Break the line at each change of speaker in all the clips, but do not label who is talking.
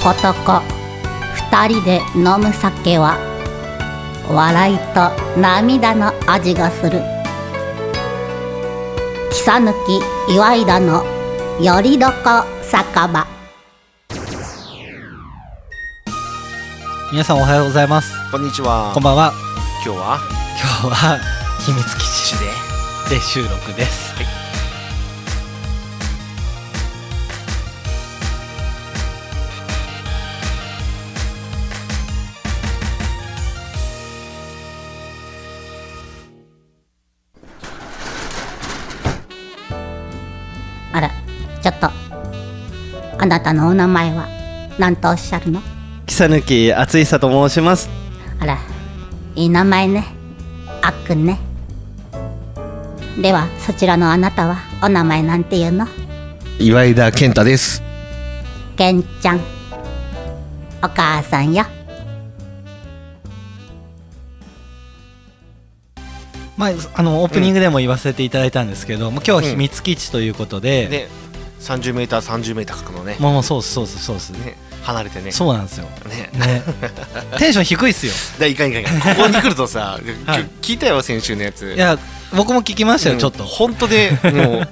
男二人で飲む酒は笑いと涙の味がする木さぬき岩井田のよりどこ酒場
皆さんおはようございます
こんにちは。
こんばんは
今日は
今日は秘密基地
で
で収録です、
あらちょっとあなたのお名前は何とおっしゃるの
木さぬきあついさと申します
あらいい名前ねあっくんねではそちらのあなたはお名前なんていうの
岩井田健太です
けんちゃんお母さんよ
まあ、あのオープニングでも言わせていただいたんですけど、もう今日は秘密基地ということで、
ね、30メーター30メーター角のね、
もうそうっすそうっすそうっす、
ね離れてね、
そうなんですよ
ね、
ねテンション低いっすよ
だいかんいかんいかん。ここに来るとさ、き
はい
聞いたよ先週のやつ。
いや僕も聞きましたよ、
うん
ちょっと
本当でもう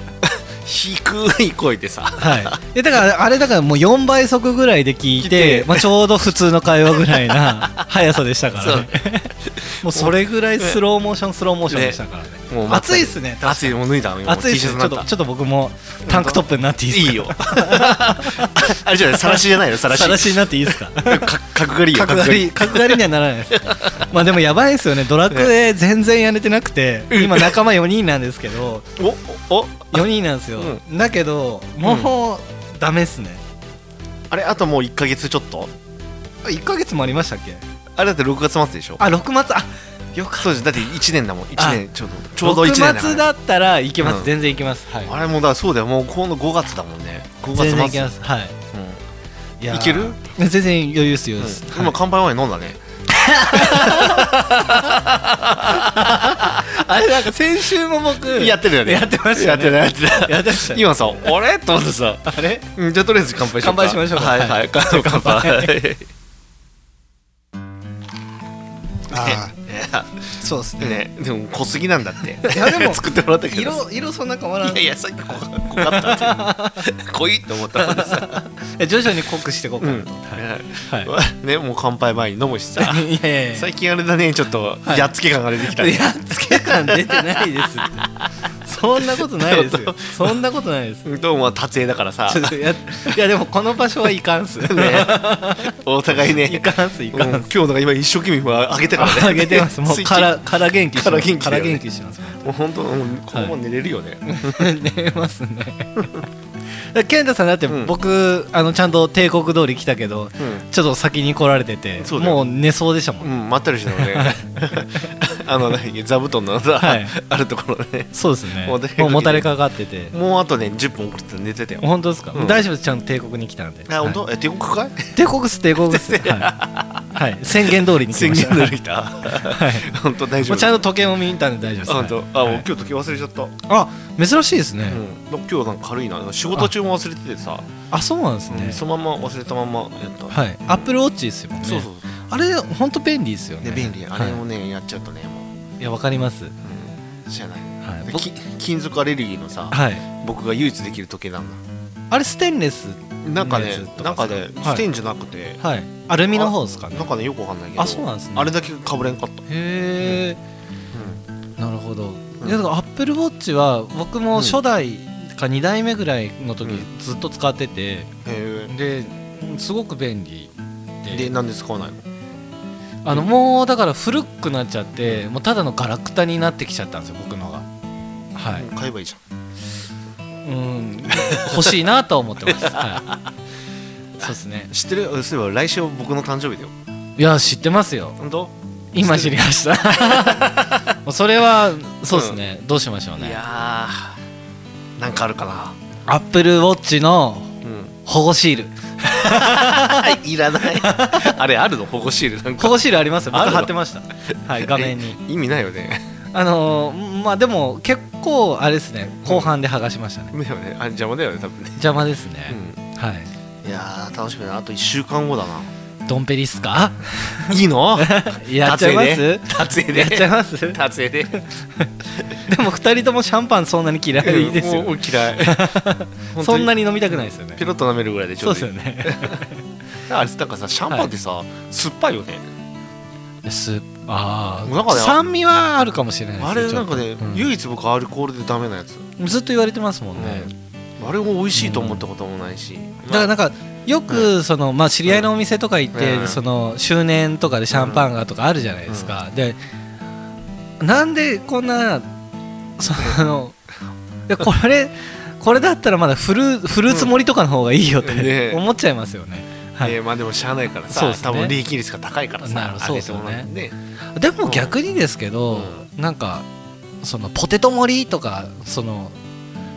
低い声でさ、
はい、えだからあれだからもう4倍速ぐらいで聞いて
聞いて
まあ、ちょうど普通の会話ぐらい な速さでしたからね もうそれぐらいスローモーションスローモーションでしたからね
もうまさ
暑
に
いっすね確
暑
か
い
に
もう脱いだ。今もう
暑いっ
T シ
すね
ャツに
ちょっと
なった。
ちょっと僕もタンクトップになっていい
い
ですか
いよ。 あれじゃない、晒しじゃないの、晒し。
さらしになっていい ですか
か角刈りよ。
角刈り角刈りにはならないです まあでもやばいですよねドラクエ全然やれてなくて今仲間4人なんですけど
り。おお
4人なんですよ、
う
だけどもうダメっすね
あれあともう1ヶ月ちょっと。
1ヶ月もありましたっけ
あれだって6月末でしょ。
あ6月あよかった
そうです。だって1年だもん。1年ちょうどちょうど1
6
年だから。
月だったらいけます、
うん
全然いけます、はい、
あれもだからそうだよもう今度5月だもんね5月末
全然いけますはいいやー
いける
全然余裕っす
うん
余裕
うん
っす、
今乾杯前に飲んだね
あれなんか先週も僕
やってるよね
やってました
や
よ
っ
ね
てたや ってた
やってましたよ
今さあれと思ってさ
あれ
うんじゃあとりあえず乾杯しようか
乾杯しましょうか
はいはい乾杯 乾杯
あそうです
いや
ね
ねでも濃すぎなんだって
いやでも
作ってもらったけどさ
色色そんな変わら
い
な
や
い
いやさっき濃か濃かったって濃いって思ったもんでさ
え徐々に濃くしていこうか
う
なんと、は
ねもう乾杯前に飲む しさ
い、いやいやいや
最近あれだねちょっと
はい
やっつけ感が出てきた
いやつけ感出てないです ってそんなことないですよそんなことないです
どうも達成だからさ
ちょっとやいやでもこの場所はいかんっす
ね、お互いね、
いかんっすい
うん
かんっす
今日なんか今一生懸命今上げてからね。
あげてます。もうからから元気し
から
ます。
元気だよね
元気します。
もう本当もうこのまま寝れるよね。
寝ますね。 健太さんだって
うん
僕あのちゃんと帝国通り来たけど
ん
ちょっと先に来られてて
そうだよ
もう寝そうでしたも。
うんん、待ってるしのね。 あの何座布団のさ、
はい
あるところね。
そうですね。
もう帝国
もうもたれかかってて。
もうあとね10分送って寝てたよ。
本当ですか
う。ん
大丈夫です。ちゃんと帝国に来たんで。
あ本
は
当？え帝国かい？
い帝国っす帝国っ す。はい。はい宣言通りに来
宣
まし
言
た。
できた。
はい。
本当大丈
もう
夫。
ちゃんと時計も見たんで大丈夫です。
あ本当。あ
は
もう
い
今日時計忘れちゃった。うん。
あ珍しいですね。
今日なんか軽いな。仕事中も忘れててさ、
あそうなんです
うん
ね。
そのまま忘れたままやった。
はい。アップルウォッチですよね。
そうそうそ
あれ本当便利ですよ
う。
ね。
で便利。あれをねやっちゃうとねもう。
いやわかります。
うん知らない、
はい
で
僕
き金属アレルギーのさ
はい。
僕が唯一できる時計なんだ
あれステンレス
なんか
のや
ね
つと
な
か
んかね
はい
ステンじゃなくて、
はい。アルミの方ですかね。
なんかねよくわかんないけど
あそうなんですね
あれだけかぶれんかった
へえ。なるほど。
うん
いやだからアップルウォッチは僕も初代か二代目ぐらいの時
うん
ずっと使ってて、
へ
ですごく便利
え
で。
でなんで使わないの
あのもうだから古くなっちゃってもうただのガラクタになってきちゃったんですよ僕のが。はい。
買えばいいじゃ
うん。欲しいなとは思ってます。はい。そうですね
ん。知ってるそういえば来週僕の誕生日だよ
いや知ってますよ。
本当
今知りました もうそれはそうですね、どうしましょう
い
ね
やーなんかあるかな
アップルウォッチの
うん
保護シール
はいいらない あれあるの保護シールなん
保
か
護シールありますよ僕
あるの
貼ってましたはい画面に
意味ないよね
あのー、まあでも結構あれですね後半で剥がしましたね
だよねあれ邪魔だよね多分ね
邪魔ですね、
う
はい
んいやー楽しみだなあと1週間後だな
ドンペリっすか
いいの
やっちゃいます
達成で
やっちゃいますで
達成で
も二人ともシャンパンそんなに嫌いです
もうも
よ
う嫌 い
そんな
に
に飲みたくないですよね
ピロッと舐めるぐらいでち
そう
ょう
で
ど
す
いい
よね
あれなんかさシャンパンってさ、酸っぱいよね
すあ
もうなんか
あ
ね
酸味はあるかもしれないです
あれなんかね、
ちょっと
唯一僕アルコールでダメなやつ、
うんずっと言われてますもんね
あれも美味しいと思ったこともないし、
だからなんかよくそのまあ知り合いのお店とか行っ
う
て
ん
その周年とかでシャンパンがとかあるじゃないですかでなんでこんなそのいやこれこれだったらまだフルフルーツ盛りとかの方がいいよっ
うんね
て思っちゃいますよねはい
えーまあでもしゃあないからさ、
そうですね
多分利益率が高いからさ
なるほどそうですよね
あげてもらって
でも逆にですけどなんかそのポテト盛りとかその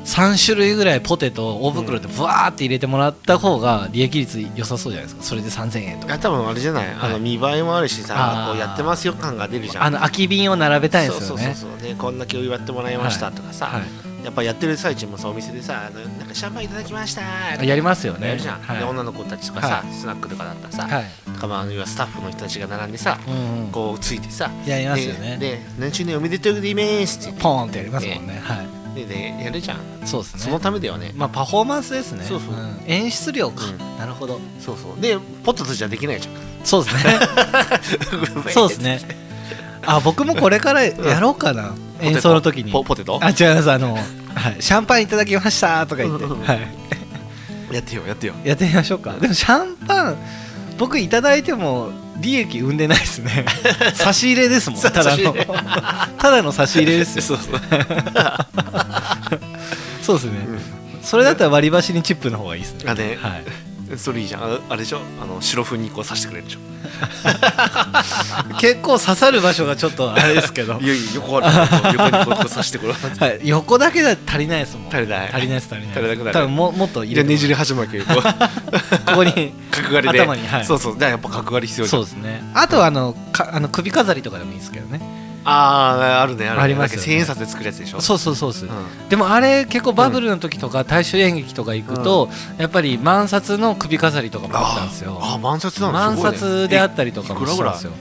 3種類ぐらいポテトを大袋でブワーって入れてもらった方が利益率良さそうじゃないですかそれで3000円と
い
か
や多分あれじゃない、あ
は
の
い
見栄えもあるしさ
あー
こうやってますよ感が出るじゃん
あの空き瓶を並べたいんですよ
そう
ね
そうそうそうねこんだけお祝ってもらいましたとかさ、
はい
やっぱやってる最中もさお店でさあのなんかシャンパンいただきましたとか
やりますよ
や
ね
るじゃん、
はい
で女の子たちとかさ、
は
スナックとかだったらさ、
はい
とかまああの要はスタッフの人たちが並んでさ、
うんうん
こうついてさ
やりますよね
でで何周年おめでとうございますって
ポーンってやりますもんねはい
ででやるじゃん
そうです
そ
ね
のためだよね、
まあパフォーマンスですね
そうそうん
演出量か
うん
なるほど
そうそうでポテトじゃできないじゃん
そうです ねそうですねあ僕もこれからやろうかな
ポテト
演奏の時に
ポポテト
あ違いますあの、はい、シャンパンいただきましたとか言って、
うんうんうん
はい、
やってよやってよ
やってみましょうかでもシャンパン僕いただいても利益生んでないです ね差し入れですもんただ
差し入
の
れ
ただの差し入れですよそう ですね、それだったら割り箸にチップの方がいいですね
あね
はい、
それいいじゃんああれでしょあの白粉にこう刺してくれるでしょ
結構刺さる場所がちょっとあれですけど
いやいや 横ある横にこうこう刺してくれる
はい、横だけじゃ足りないですもん
足りない
足りないです足りないです
足りなくなる
多分ももっと入
い
れて
や
も
ねじり始まけこ う
こ こに
角刈りで
頭にはい
そうそうだからやっぱ角刈り必要じゃ
そ
ん
うですねあとはあのかあの首飾りとかでもいいですけどね
あああるねあるね
ありますよね
なんか千円札で作るやつでしょ
そうそうそうです、
う
でもあれ結構バブルの時とか大衆演劇とか行くと、やっぱり万札の首飾りとかもあったんですよ
あー満札なの
万
すごいね
札であったりとかも
えい
し
く
た
ら
んで
ぐ
す
ら
よ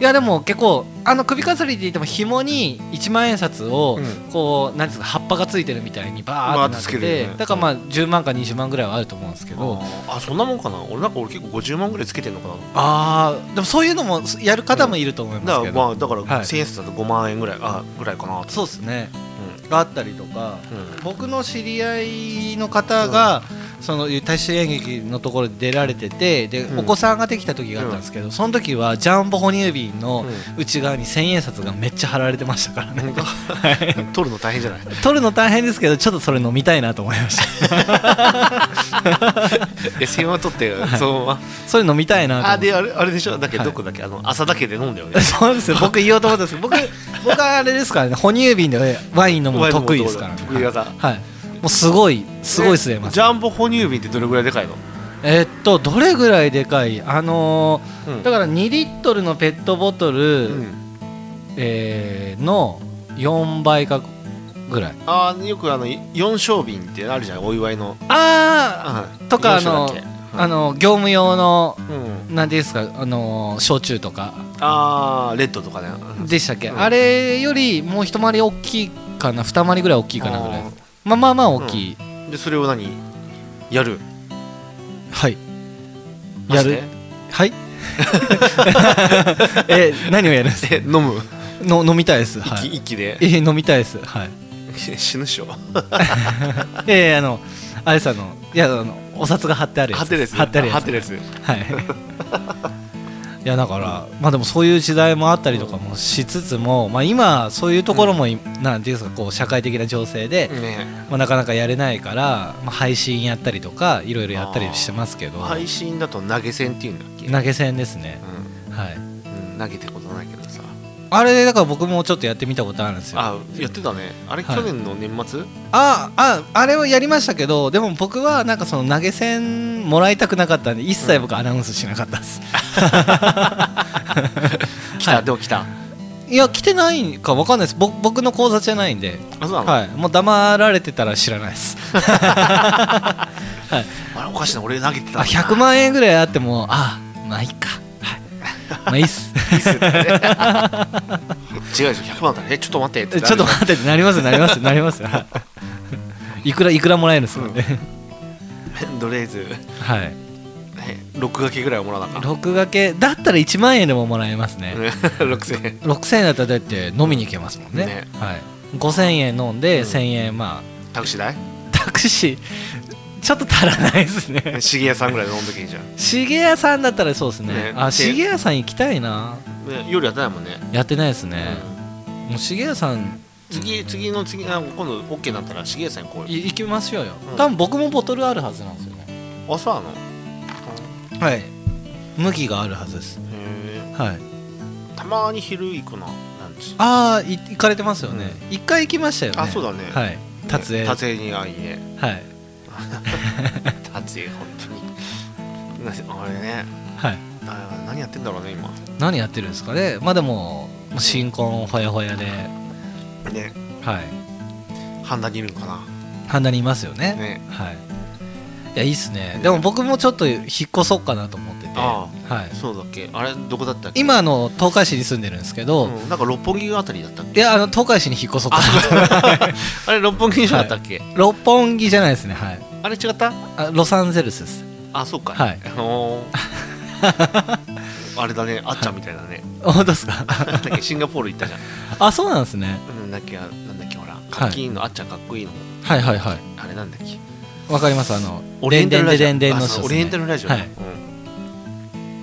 いやでも結構あの首飾りで言っても紐に一万円札を
うん
こうなんていうんですか葉っぱがついてるみたいにバーってなって
バーってつける
て
よね
だからまあ10万か20万ぐらいはあると思うんですけど
あーあそんなもんかな俺なんか俺結構50万ぐらいつけてんのかな
あーでもそういうのもやる方もいると思いま
だ
す
か
け
ら
ど、
まあだから
はい
1000円札だと5万円ぐらいあぐらいかな
そうですね
う
があったりとか
んうん
僕の知り合いの方が、その大衆演劇のところで出られててで、
うん
お子さんができた時があったんですけど、その時はジャンボ哺乳瓶の
う
内側に千円札がめっちゃ貼られてましたからね、 はい
取るの大変じゃない
取るの大変ですけどちょっとそれ飲みたいなと思いました
え1000円は取ってそのまま
それ飲みたいなと思
あ
って
であれあれでしょだっけ
はい
どこだっけあの朝だけで飲んだよね
そうですよ 僕言おうと思ったんですけど僕僕はあれですからね哺乳瓶でワイン飲むの得意ですからね
得意技
はい、もうすごいすごい吸えます
ジャンボ哺乳瓶ってどれぐらいでかいの
えっとどれぐらいでかいあのー
うん
だから2リットルのペットボトル、えーの4倍かぐらい
あーよくあの4升瓶ってあるじゃんお祝いの
あ
うん
とかあ
四
の
升だっけ
あの業務用の
うん
何ですかあのー焼酎とか
あーレッドとかね
でしたっけ、
うん
あれよりもう一回り大きいかな二回りぐらい大きいかなぐらいまあまあまあ大きい、
でそれを何やる
はい
マ
や
ジ
る
で
はい え何をやるんです
え飲む
の飲みたいですは
一
い
気一気で
え飲みたいですはい
死ぬ っしょ
ええあのあれさあのいやあのお札が貼ってあるや
果
つ
てです
貼ってあるやつ
てです
はいいやだからまあでもそういう時代もあったりとかもしつつも、まあ、今そういうところもい、なんていうんですかこう社会的な情勢で、
ね
まあ、なかなかやれないから、まあ、配信やったりとかいろいろやったりしてますけど、
配信だと投げ銭っていうんだっけ
投げ銭ですね、はい、
うんうん投げてことないけどさ
あれだから僕もちょっとやってみたことあるんですよ
あやってたねあれ
はい
去年の年末
あああれをやりましたけどでも僕はなんかその投げ銭もらいたくなかったんで一切僕アナウンスしなかったです、
来たでも来た
いや来てないかわかんないですぼ僕の口座じゃないんで
あそうなの
はいもう黙られてたら知らないですはい
あれおかしいな俺投げてたの
あ100万円ぐらいあってもあまあいいか、はい、まあいいっす
いいっすよね違うでしょ100万だったらえちょっと待ってっ て
ち ょっと待ってってなりますなりますなりますいくらいくらもらえるんですかね、
とりあえず、ね、
はい
6掛けぐらいはもらわなあかっ
6掛けだったら1万円でももらえますね、
た6000円
6000円だったらだって飲みに行けますもんね
ね
はい、5000円飲んで、
うん
1000円まあ
タクシ ー代
タクシーちょっと足らないですね
シゲ屋さんぐらいで飲んどきゃいい じゃん、
シゲ屋さんだったらそうですね
ね
あ
で
シゲ屋さん行きたいな
ね、夜やってないもんね、
やってないですね、もうシゲ屋さん
次次の次あ今度 OK になったらシゲ屋さん行こうよ
い行きましょうよ、
うん
多分僕もボトルあるはずなんですよね
あそうなの
はい麦があるはずです
へ
はい
えたまに昼行くなランチ
ああ行かれてますよね一、回行きましたよね
あそうだね
はい達
ね
也
達也に会いね
はい
達也本当になあれね
はい
あ何やってんだろうね今
何やってるんですかねまあでも新婚ほやほやで
ね
はい
ハンダにいるのか
半田にいますよね
なね
はいいやいいっすねでも僕もちょっと引っ越そうかなと思ってて
あ
はい
そうだっけあれどこだったっけ
今あの東海市に住んでるんですけど、
うんなんか六本木あたりだったっけ
いやあの東海市に引っ越そうか
あ
な
そうだ あれ六本木じゃなかったっけ
六本木じゃないですねはい
あれ違った
あロサンゼルスです
あそうか
はい
お ーあれだねあっちゃんみたいだね
本当ですか
なんだっけシンガポール行ったじゃん
あそうなんですね
なんだっけあなんだっけほらかっきいいの、あっちゃんかっこいいの
はいはいはい
あれなんだっけ
わかりますあの
オリエンタルラジオ
でんでんでんでんの
あ
人
そ
で
うオ
すね
リエンタルラジオだ、
はい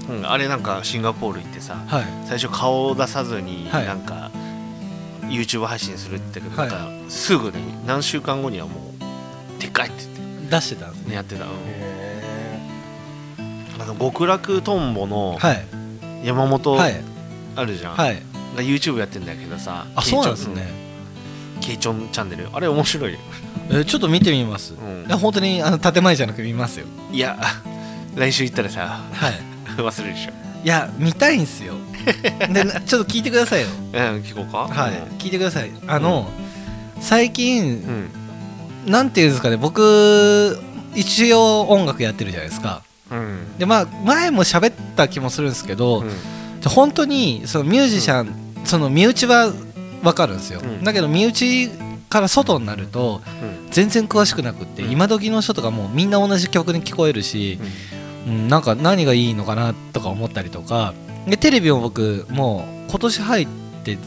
うんうん、あれなんかシンガポール行ってさ
はい
最初顔を出さずに
はい
なんか、YouTube 配信するって言った
はい
けど、なんかすぐね何週間後にはもうでっかいって言っ
出してたんです
て、
ね
ね、やってた、うんあの極楽とんぼの
はい
山本
はい
あるじゃん、
はい
が YouTube やってんだけどさ
あそうなんですね、
ケイチョンチャンネルあれ面白いよ、
えーちょっと見てみます、
うん
いや本当にあの建前じゃなく見ますよ
いや 来週行ったらさ
はい
忘れるでしょ
いや見たいん すよでなちょっと聞いてくださいよ
うん聞こうか
はい、聞いてくださいあの、最近
う、ん
なんていうんですかね僕一応音楽やってるじゃないですか
うん
でまあ前も喋った気もするんですけど、
うん
本当にそのミュージシャン、その身内は分かるんですよ、
うん
だけど身内から外になると
うん
全然詳しくなくって、
うん
今時の人とかもうみんな同じ曲に聞こえるし、うん、なんか何がいいのかなとか思ったりとかでテレビも僕もう今年入って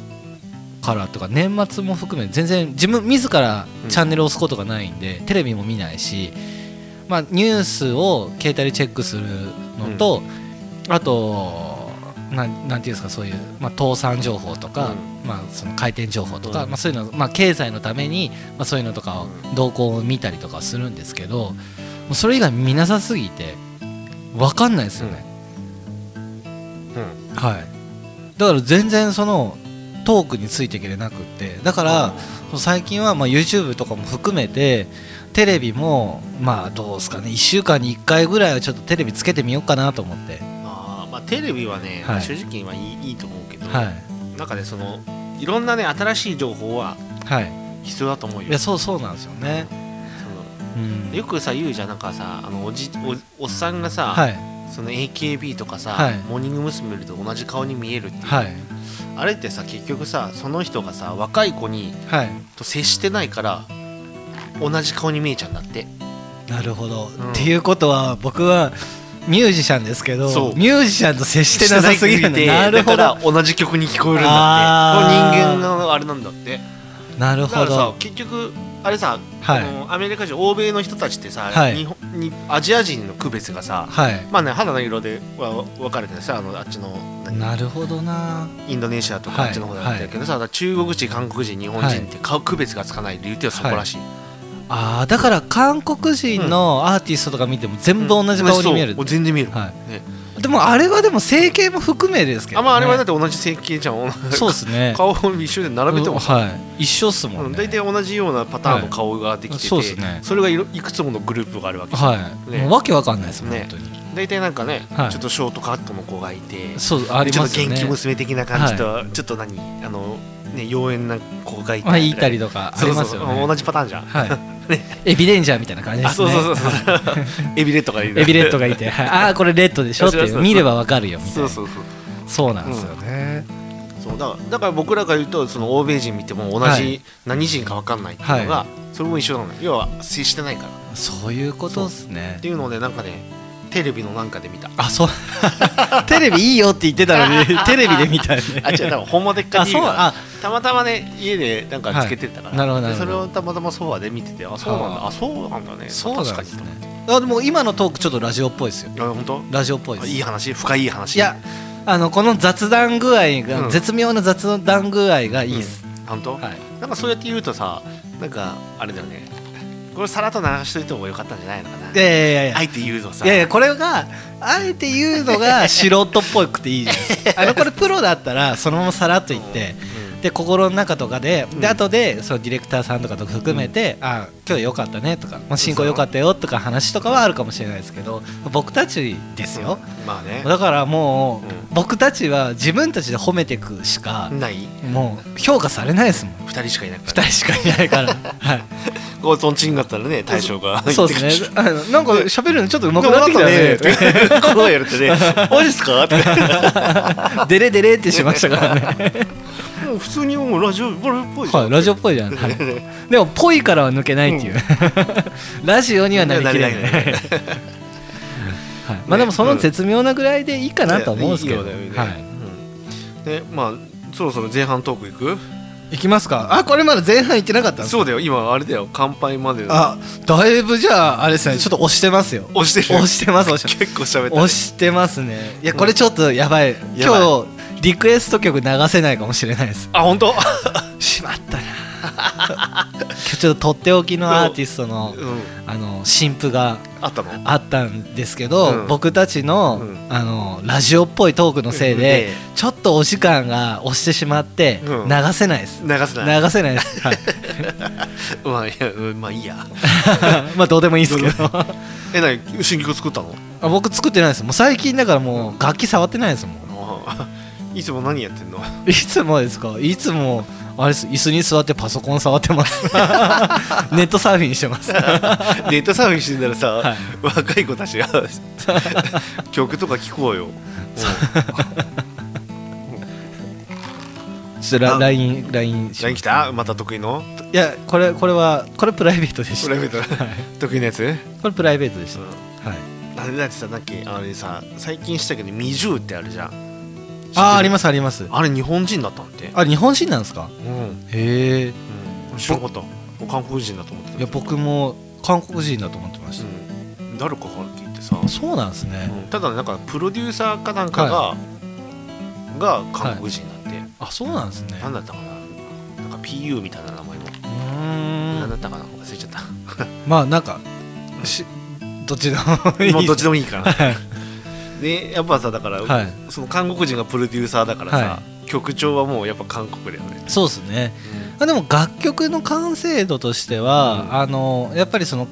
からとか年末も含め全然自分自らチャンネルを押すことがないんで、テレビも見ないし、まあ、ニュースを携帯でチェックするのと、あとなんなんていうんですかそういう、まあ、倒産情報とか、まあ、その回転情報とか、
うん
まあ、そういうの、まあ、経済のために、まあ、そういうのとかを動向を見たりとかするんですけどもうそれ以外見なさすぎて分かんないですよね。
うん
はい、だから全然そのトークについていけれなくってだから最近はまあ YouTube とかも含めてテレビもまあどうですかね1週間に1回ぐらいはちょっとテレビつけてみようかなと思って
あーまあテレビはね、
はい
正直今いいいいと思うけど、
はい
なんかねそのいろんなね新しい情報は
はい
必要だと思う
い
よ
やそうそうなんですよね
そうの
ん
よくさ言うじゃんなんかさあのおじおおっさんがさ、
はい
その AKB とかさ、
はい
モーニング娘。と同じ顔に見えるっていう、
はい
あれってさ結局さその人がさ若い子に
はい
と接してないから同じ顔に見えちゃうんだって
なるほど、
ん
っていうことは僕はミュージシャンですけど
そう
ミュージシャンと接してなさすぎるん
して
だな
な
る
いすぎ
ほ
てだ
ど
から同じ曲に聞こえるんだっ
あ
て
ー
人間のあれなんだって
なる
だか
ほ
らさ
ど
結局あれさ、
はい
あのアメリカ人欧米の人たちってさ、
はい
日本にアジア人の区別がさ
はい
まあね肌の色では分かれてさあのあっちの何
なるほどな
インドネシアとか
はい
あっちの方だったけどさ、だから中国人韓国人日本人って顔区別がつかない理由ってのはそこらしい、
あーだから韓国人のアーティストとか見ても全部同じ顔に見える、
そうもう全然見える、
は
ね
い、でもあれはでも整形も含めですけど、
あ
ね、
まああれはだって同じ整形じゃん
そうですね
顔を一緒で並べても
うんはい、一緒っすも
うんん
ね
大体、同じようなパターンの顔ができてて、
はいそうっすね
それがいろいくつものグループがあるわけじゃん
はい、
ね
もうわけわかんないですもん、
ね
本当に
大体なんかね、
はい
ちょっとショートカットの子がいて
そうあり
ちょ
ま
っと
すよ
元
ね
気娘的な感じと、ちょっと何あのね妖艶な子がいた
まあ言いたりとかあ
そう
り
そ
ま
う
す
そう
よね
同じパターンじゃん
はい
ね
エビレンジャーみたいな感じで
あ
す
そう
ね
そうそうそうエビレットがいいな
エビレッドがいて、はいああこれレッドでしょって
そうそう
いう
そう
見ればわかるよみたい
そう
な
そうそう
そうなんですよね、
そうだからだから僕らが言うとその欧米人見ても同
はい
じ何人か分かんないっていうのが、それも一緒なのよ要は接してないからっ
そういうことですね
ていうのをねなんかねテレビのなんかで 見た
あそう テレビいいよって言ってたの にテレビで見たね
あ違う多分ホンマでっか
あ
TV
そう
が
あ
たまたまね家でなんかつけてたから、
はいなるほどなる
で
ほ
そ
ど
れをたまたまソファで見ててあそうなん
は
だ
あ
あそうなんだね
そうなんです
確
ね
かに
あでも今のトークちょっとラジオっぽいですよ
とあ本当
ラジオっぽいで
あ
す
いい話深いいい話
いやあのこの雑談具合が、
うん
絶妙な雑談具合がいいです、
本当、
はい
なんかそうやって言うとさなんかあれだよねこれさらっと流しといた方が良かったんじゃないのかない
やいやいやいや
あえて言うとさ
いやいやこれがあえて言うの が素人っぽくていいじゃないですかあのこれプロだったらそのままさらっと言ってで心の中とかで
うん
で後でそのディレクターさんとかと含めて「あ今日良かったね」とか「まあ進行良かったよ」とか話とかはあるかもしれないですけど僕たちですよ
うんまあね
だからも
う
う僕たちは自分たちで褒めていくしか
ない
もう評価されないですもん
2人しかいなく
2人しかいない からはい
こうとんちんだったらね大将が
そうですねあのなんか喋るのちょっと上手くな
な
っ
ってて
きた
きた
ね
ねこうやるってね「マジっすか?」って
デレデレってしましたからね
普通にもうラジオボラっぽいじゃん、
はい、ラジオっぽいじゃん、はい、でもぽいからは抜けないっていう、 ラジオにはなりきれない
なりきれない
はい、まあでもその絶妙なぐらいでいいかなとは思うんですけど、
ねいいよね
はい、
うんでまあそろそろ前半トークいく
いきますかあこれまだ前半いってなかったんです
そうだよ今あれだよ乾杯まで
あだいぶじゃああれですねちょっと押してますよ
押してる
押してます押して
結構喋った、ね、
押してますねいやこれちょっとやばい、
やばい
今日リクエスト曲流せないかもしれないです
あ本当
しまったな 今日ちょっととっておきのアーティストの
うん
あの新譜が
あったの
あったんですけど、
うん
僕たちの,、
うん
あのラジオっぽいトークのせいで、
うんえ
ちょっとお時間が押してしまって、
うん
流せないです、
流すな
流せないです、はい、
まあいやうんまあいいや
まあどうでもいいですけど
えなに新曲作ったの
あ僕作ってないですもう最近だからもう楽器触ってないですもん
あーいつも何やってんの
いつもですかいつもあれです椅子に座ってパソコン触ってます ネットサーフィンしてます
ネットサーフィンしてたらさ、
はい
若い子たちが曲とか聴こうよ
ちょっとラ LINE LINE し
LINE 来たまた得意の
いやこれこれはこれプライベートでし
プ
た
ライベートな得意なやつ
これプライベートでした、はい
あれだってさなんかあれさ最近したけど「ミジューってあるじゃん
あーあり
す
ますあります
あれ日本人だったんで
あ日本人なんですか
うん、
へえ
うん、知らなかった俺韓国人だと思ってた
いや僕も韓国人だと思ってまし
うん、誰かから聞いてさ、
たそうなんですね
うんただなんかプロデューサーかなんかが、が韓国人なんで、
あそうなんですね
なんだったかななんか PU みたいな名前
う
の、なん、
ー
だ
ん
ったかな忘れちゃった
まあなんか しどっちでもい
今
い
どっち
で
でもいいかなでやっぱさだから、
すはい
その韓国人がプロデューサーだからさ、
は
曲調はもうやっぱ韓国だよね、
そうですねあでも楽曲の完成度としては、
うん
あのやっぱりその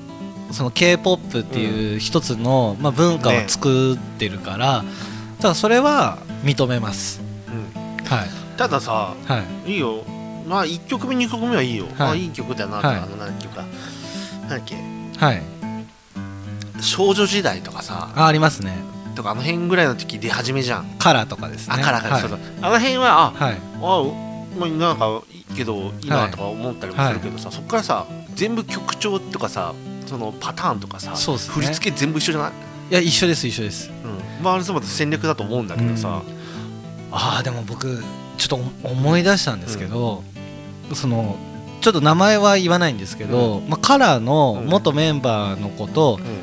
その k p o p っていう一つの、まあ、文化を作ってるから、ただそれは認めます
うん
はい
たださ
はい
いいよまあ1曲目2曲目はいいよ、
はい
あいい曲だな、
はい
あの何ていうかなんだっけ
はい
少女時代とかさ
あありますね
とかあの辺ぐらいの時出始めじゃん、
カラーとかですね
あからから、
はい
そうそうあの辺はあ
はい
あまあなんかいいけどいいなとか思ったりもするけどさ、そっからさ全部曲調とかさそのパターンとかさ、
そうっすね
振り付け全部一緒じゃない、
いや一緒です一緒です
うん、まああれさまた戦略だと思うんだけどさ、
ああでも僕ちょっと思い出したんですけど、そのちょっと名前は言わないんですけど、まあ、カラーの元メンバーの子と、
う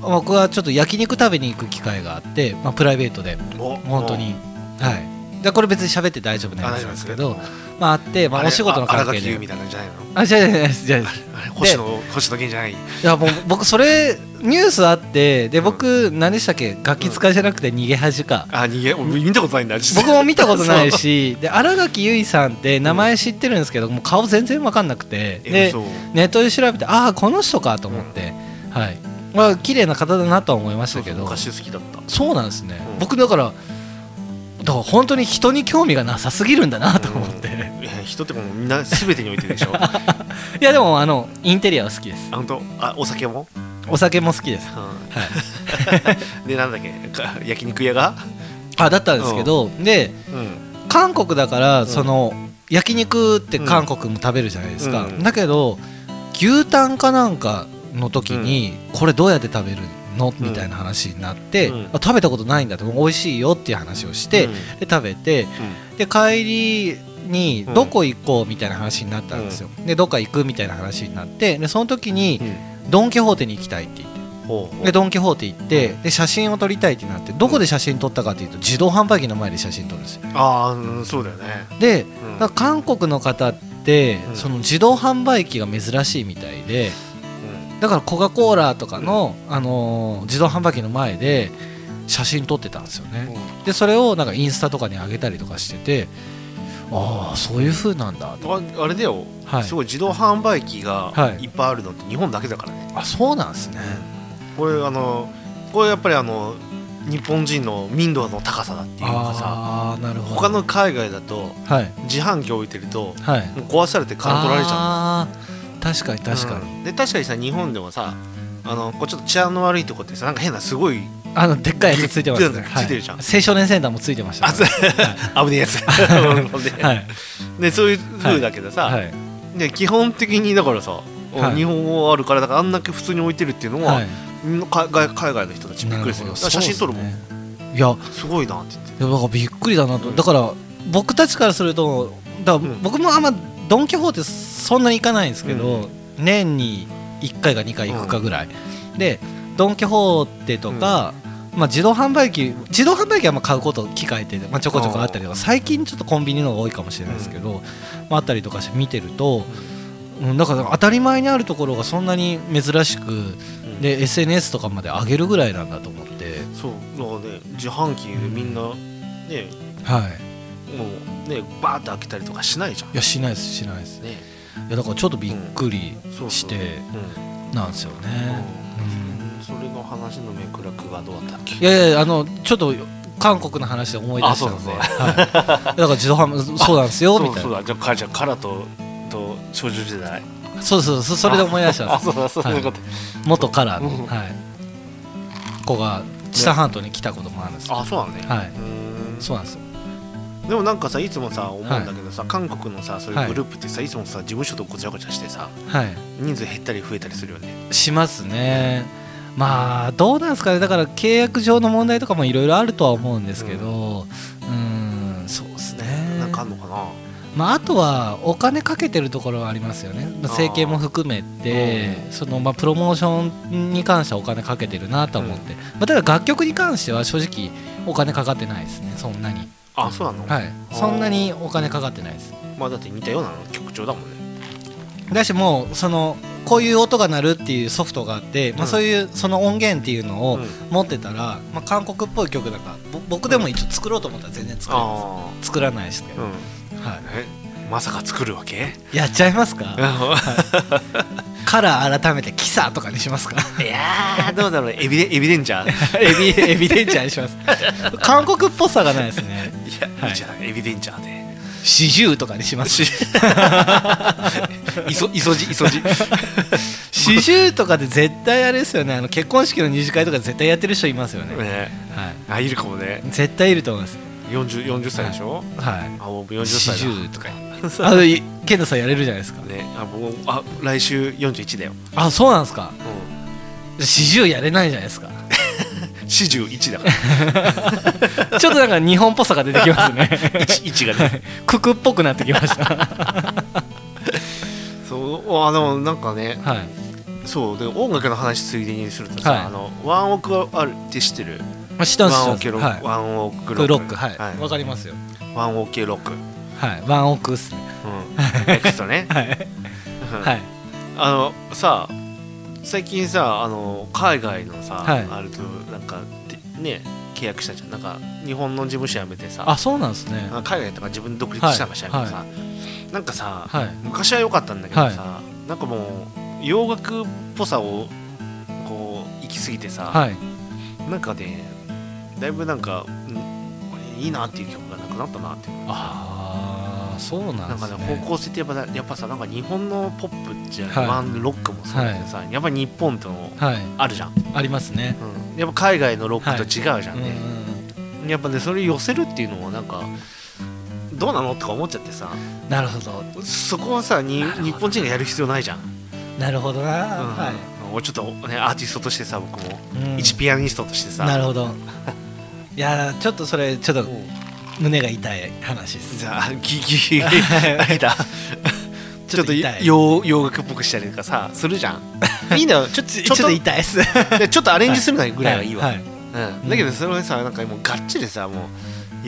僕はちょっと焼肉食べに行く機会があって、まあ、プライベートで
んお
本当にはいでこれ別に喋って大丈夫な
あ
やつ
大丈
なん
夫で
です
す
け
け
ど
ど
まああって、まあ、お仕事の関
荒
係
垣優
で
みたいなんじゃないの
あ違う違う違う違う
あれ星野星野源じゃない
いやもう僕それニュースあってで僕何でしたっけガキ使いじゃなくて逃げ恥か、
あ逃げ俺見たことないんだ実は
僕も見たことない しで新垣結衣さんって名前知ってるんですけどもう顔全然分かんなくて
え
で
そう
ネットで調べてああこの人かと思って、はいまあ綺麗な方だなとは思いまし
そう
たけ
そう
ど
昔好きだった
そうなんですね、
うん
僕だからだから本当に 人に興味がなさすぎるんだなと思って、
うんいや人ってもうみんな全てにおいてでしょ
いやでもあのインテリアは好きです
あ本当あお酒も、
お酒も好きです
うんでなん だっけか焼肉屋が、
あだったんですけど、で
うん、
韓国だから、その焼肉って韓国も食べるじゃないですか、
うん
だけど牛タンかなんかの時に、これどうやって食べるのみたいな話になって、
うん
あ食べたことないんだって美味しいよっていう話をして、
うん
で食べてで帰りに
うん
どこ行こうみたいな話になったんですよ、でどっか行くみたいな話になってでその時にドン・キホーテに行きたいって言って
ほうほう
でドン・キホーテ行ってで写真を撮りたいってなってどこで写真撮ったかっていうと自動販売機の前で写真撮るんですよ
ああ、うんそうだよね、
で
うん
だから韓国の方って
うん
その自動販売機が珍しいみたいでだからコカ・コーラとかの、あのー自動販売機の前で写真撮ってたんですよね、
うん
でそれをなんかインスタとかに上げたりとかしててああそういう風なんだと
ああれだよ、
はい
すごい自動販売機が
はい
いっぱいあるのって日本だけだからね、
あそうなんですね
これあのこれやっぱりあの日本人の民度の高さだっていうかさ
ああーなるほど
他の海外だと
はい
自販機置いてると
はい
もう壊されて缶取られちゃう
ゃう確かに確かに、
うんで確かにさ日本でもさあのこうちょっと治安の悪いとこってさなんか変なすごい
あのでっかいやつついてます
ついて
ね、
る
はい、
ついてるじゃん
青少年センターもついてました
あ
ね、
危ねえやつで,、
はい
でそういう風だけどさ、
はい
で基本的にだからさ、
はい
日本語あるからだからあんだけ普通に置いてるっていうのは、
はい
海外海外の人たちびっくりするよだから写真撮るも
そ
んす,、
うですねいや
ごいなって言って
いやだからびっくりだなと、
うん
だから僕たちからするとだから
うん
僕もあんまドン・キホーテそんなに行かないんですけど、年に1回か2回行くかぐらい、でドン・キホーテとか、まあ、自動販売機自動販売機はまあ買うこと機械って、まあ、ちょこちょこあったりとか最近ちょっとコンビニの方が多いかもしれないですけど、まあ、あったりとかして見てると、うん、だから当たり前にあるところがそんなに珍しく、
ん
で SNS とかまで上げるぐらいなんだと思って。
そうだからね自販機でみんなね
はい
もうねバーって開けたりとかしないじゃん
いやしないですしないです
ね
いやだからちょっとびっくり
そうそう
して
うん
なんですよね、うん
うんそれの話の目くらくがどうだったっけ
いやいやあのちょっと韓国の話で思い出したので、
あ
はい、だから自動販売そうなんですよみ
そう
たい
そう
な
だじゃあかじゃあカラとと少女時代
そうそうそうそれで思い出したん
あ
で
そうだそう
はい
いうこと
す元カラー
うん
の、はい、子が知多半島に来たこともあるんですよ
あそうなんね
はいう
ーん
そうなんですよ
でもなんかさいつもさ思うんだけどさ韓国のさそういうグループってさいつもさ事務所とごちゃごちゃしてさ
はい
人数減ったり増えたりするよね
しますねまあどうなんですかねだから契約上の問題とかもいろいろあるとは思うんですけどうんそうですね
なんかあんのかな
まあ、あとはお金かけてるところはありますよね、まあ
あー
整形も含めてその、まあ、プロモーションに関してはお金かけてるなとは思って、まあ、ただ楽曲に関しては正直お金かかってないですねそんなに、
あそうなの
はい、そんなにお金かかってないです
まあだって似たような曲調だもんね
だしもうそのこういう音が鳴るっていうソフトがあって、ま
う
あ、
ん
そういうその音源っていうのを
うん
持ってたら、まあ、韓国っぽい曲だからぼ僕でも一応作ろうと思ったら全然作れます
あ
作らないですけ
あう
ど、
ん
は
えまさか作るわけ
い、やっちゃいますかカラー改めてキサーとかにしますか
いやーどうだろうエビデエビデンジャーい
エビ エビデンチャーにします 韓国っぽさがないですね
や、
はい
いいじゃないエビデンジャーで
四十とかにします
いそいそじいそじ
四十とかで絶対あれですよねあの結婚式の二次会とか絶対やってる人いますよね、
ね
は
あいるかもね
い、絶対いると思います
40, 40歳でしょ、
はい
あ僕40
四
歳だ
十とかあのいケンタさんやれるじゃないですか
ねあ僕あ来週41だよ、
あそうなんですか
う
四十やれないじゃないですか
ん、41だか ら
ちょっとなんか日本っぽさが出てきますね
1, がね
ククっぽくなってきました
そうあでもなんかね
はい
そうで音楽の話ついでにするとさ、
はい
あのワンオクはあるって知ってる
まあ知ってます
ワン
知
オ
って
ケロ
ま
ッ
す
ク、
はい
ワンオク
ロ
ロッ
ッ
ク
クロックはいわ、かりますよ
ワンオケロック、う
はいワンオクっすね
ん、ネクストね、
はい
うん
はい
あのさ最近さあの海外のさ、
はい
あるとなんかてね契約したじゃんなんか日本の事務所辞めてさ
あそうなんですね
あ海外とか自分で独立したのかしらんけどさ、
は
なんかさ、
はい
昔は良かったんだけどさ、なんかもう洋楽っぽさをこう行き過ぎてさ、
はい
なんかねだいぶなんか、うんいいなっていう曲がなくなったなっていう
ああそうな
なんん
で
か
す
ね
ね
方向性ってやっぱやっぱさなんか日本のポップっていうの
は
はいワンロックもそうだけどさ、やっぱ日本との
はい
あるじゃん、
ありますね
やっぱ海外のロックと違うじゃ
うんんうん
ね、やっぱねそれ寄せるっていうのもなんかどうなのとか思っちゃってさ
うんなるほど
そこはさに
なるほど
日本人がやる必要ないじゃん、うん
なるほどなは
もうちょっと、ね、アーティストとしてさ僕も、
いうん
一ピアニストとしてさ
なるほ どいやーちょっとそれちょっと
うん
胸が痛い話です
じゃあギギあ れだちょっと
痛い
洋洋楽っぽくしたりとかさするじゃ んいいんだよちょ
ちょ
ち
ちょ
ょっ
っと
と
痛いです
でちょっとアレンジするの ぐらいはいいわ、
い
うん、だけどそれさなんかもうがっちりさもう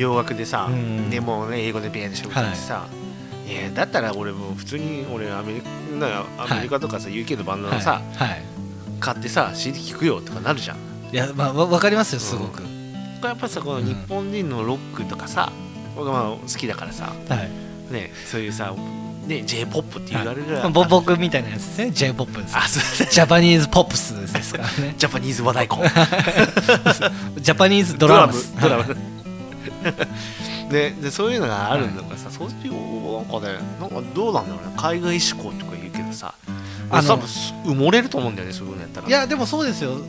洋楽でさ、
うん
でもうね英語でビーンってしゃべってさ、い、やだったら俺もう普通に俺アメリカなんかアメリカとかさ、UK のバンドのさ、
はいはい
買ってさ CD 聴くよとかなるじゃん
いやまあわわかりますよすごく
これやっぱさこの
うん
日本人のロックとかさ、僕はまあ好きだからさ
はい
ねそういうさね J ポップって言われるぐらい、
ぼ僕みたいなやつですね J ポップです
あそう
ジャパニーズポップスですから ね
ジャパニーズ和太鼓
ジャパニーズ ドラムス
ドラムドラ ムででそういうのがあるんだからさ、そういうなんかねなんかどうなんだろうね海外志向とか言うけどさ
あ
あ
の
多分す埋もれると思うんだよねそういうのやったら
いやでもそうですよ
うん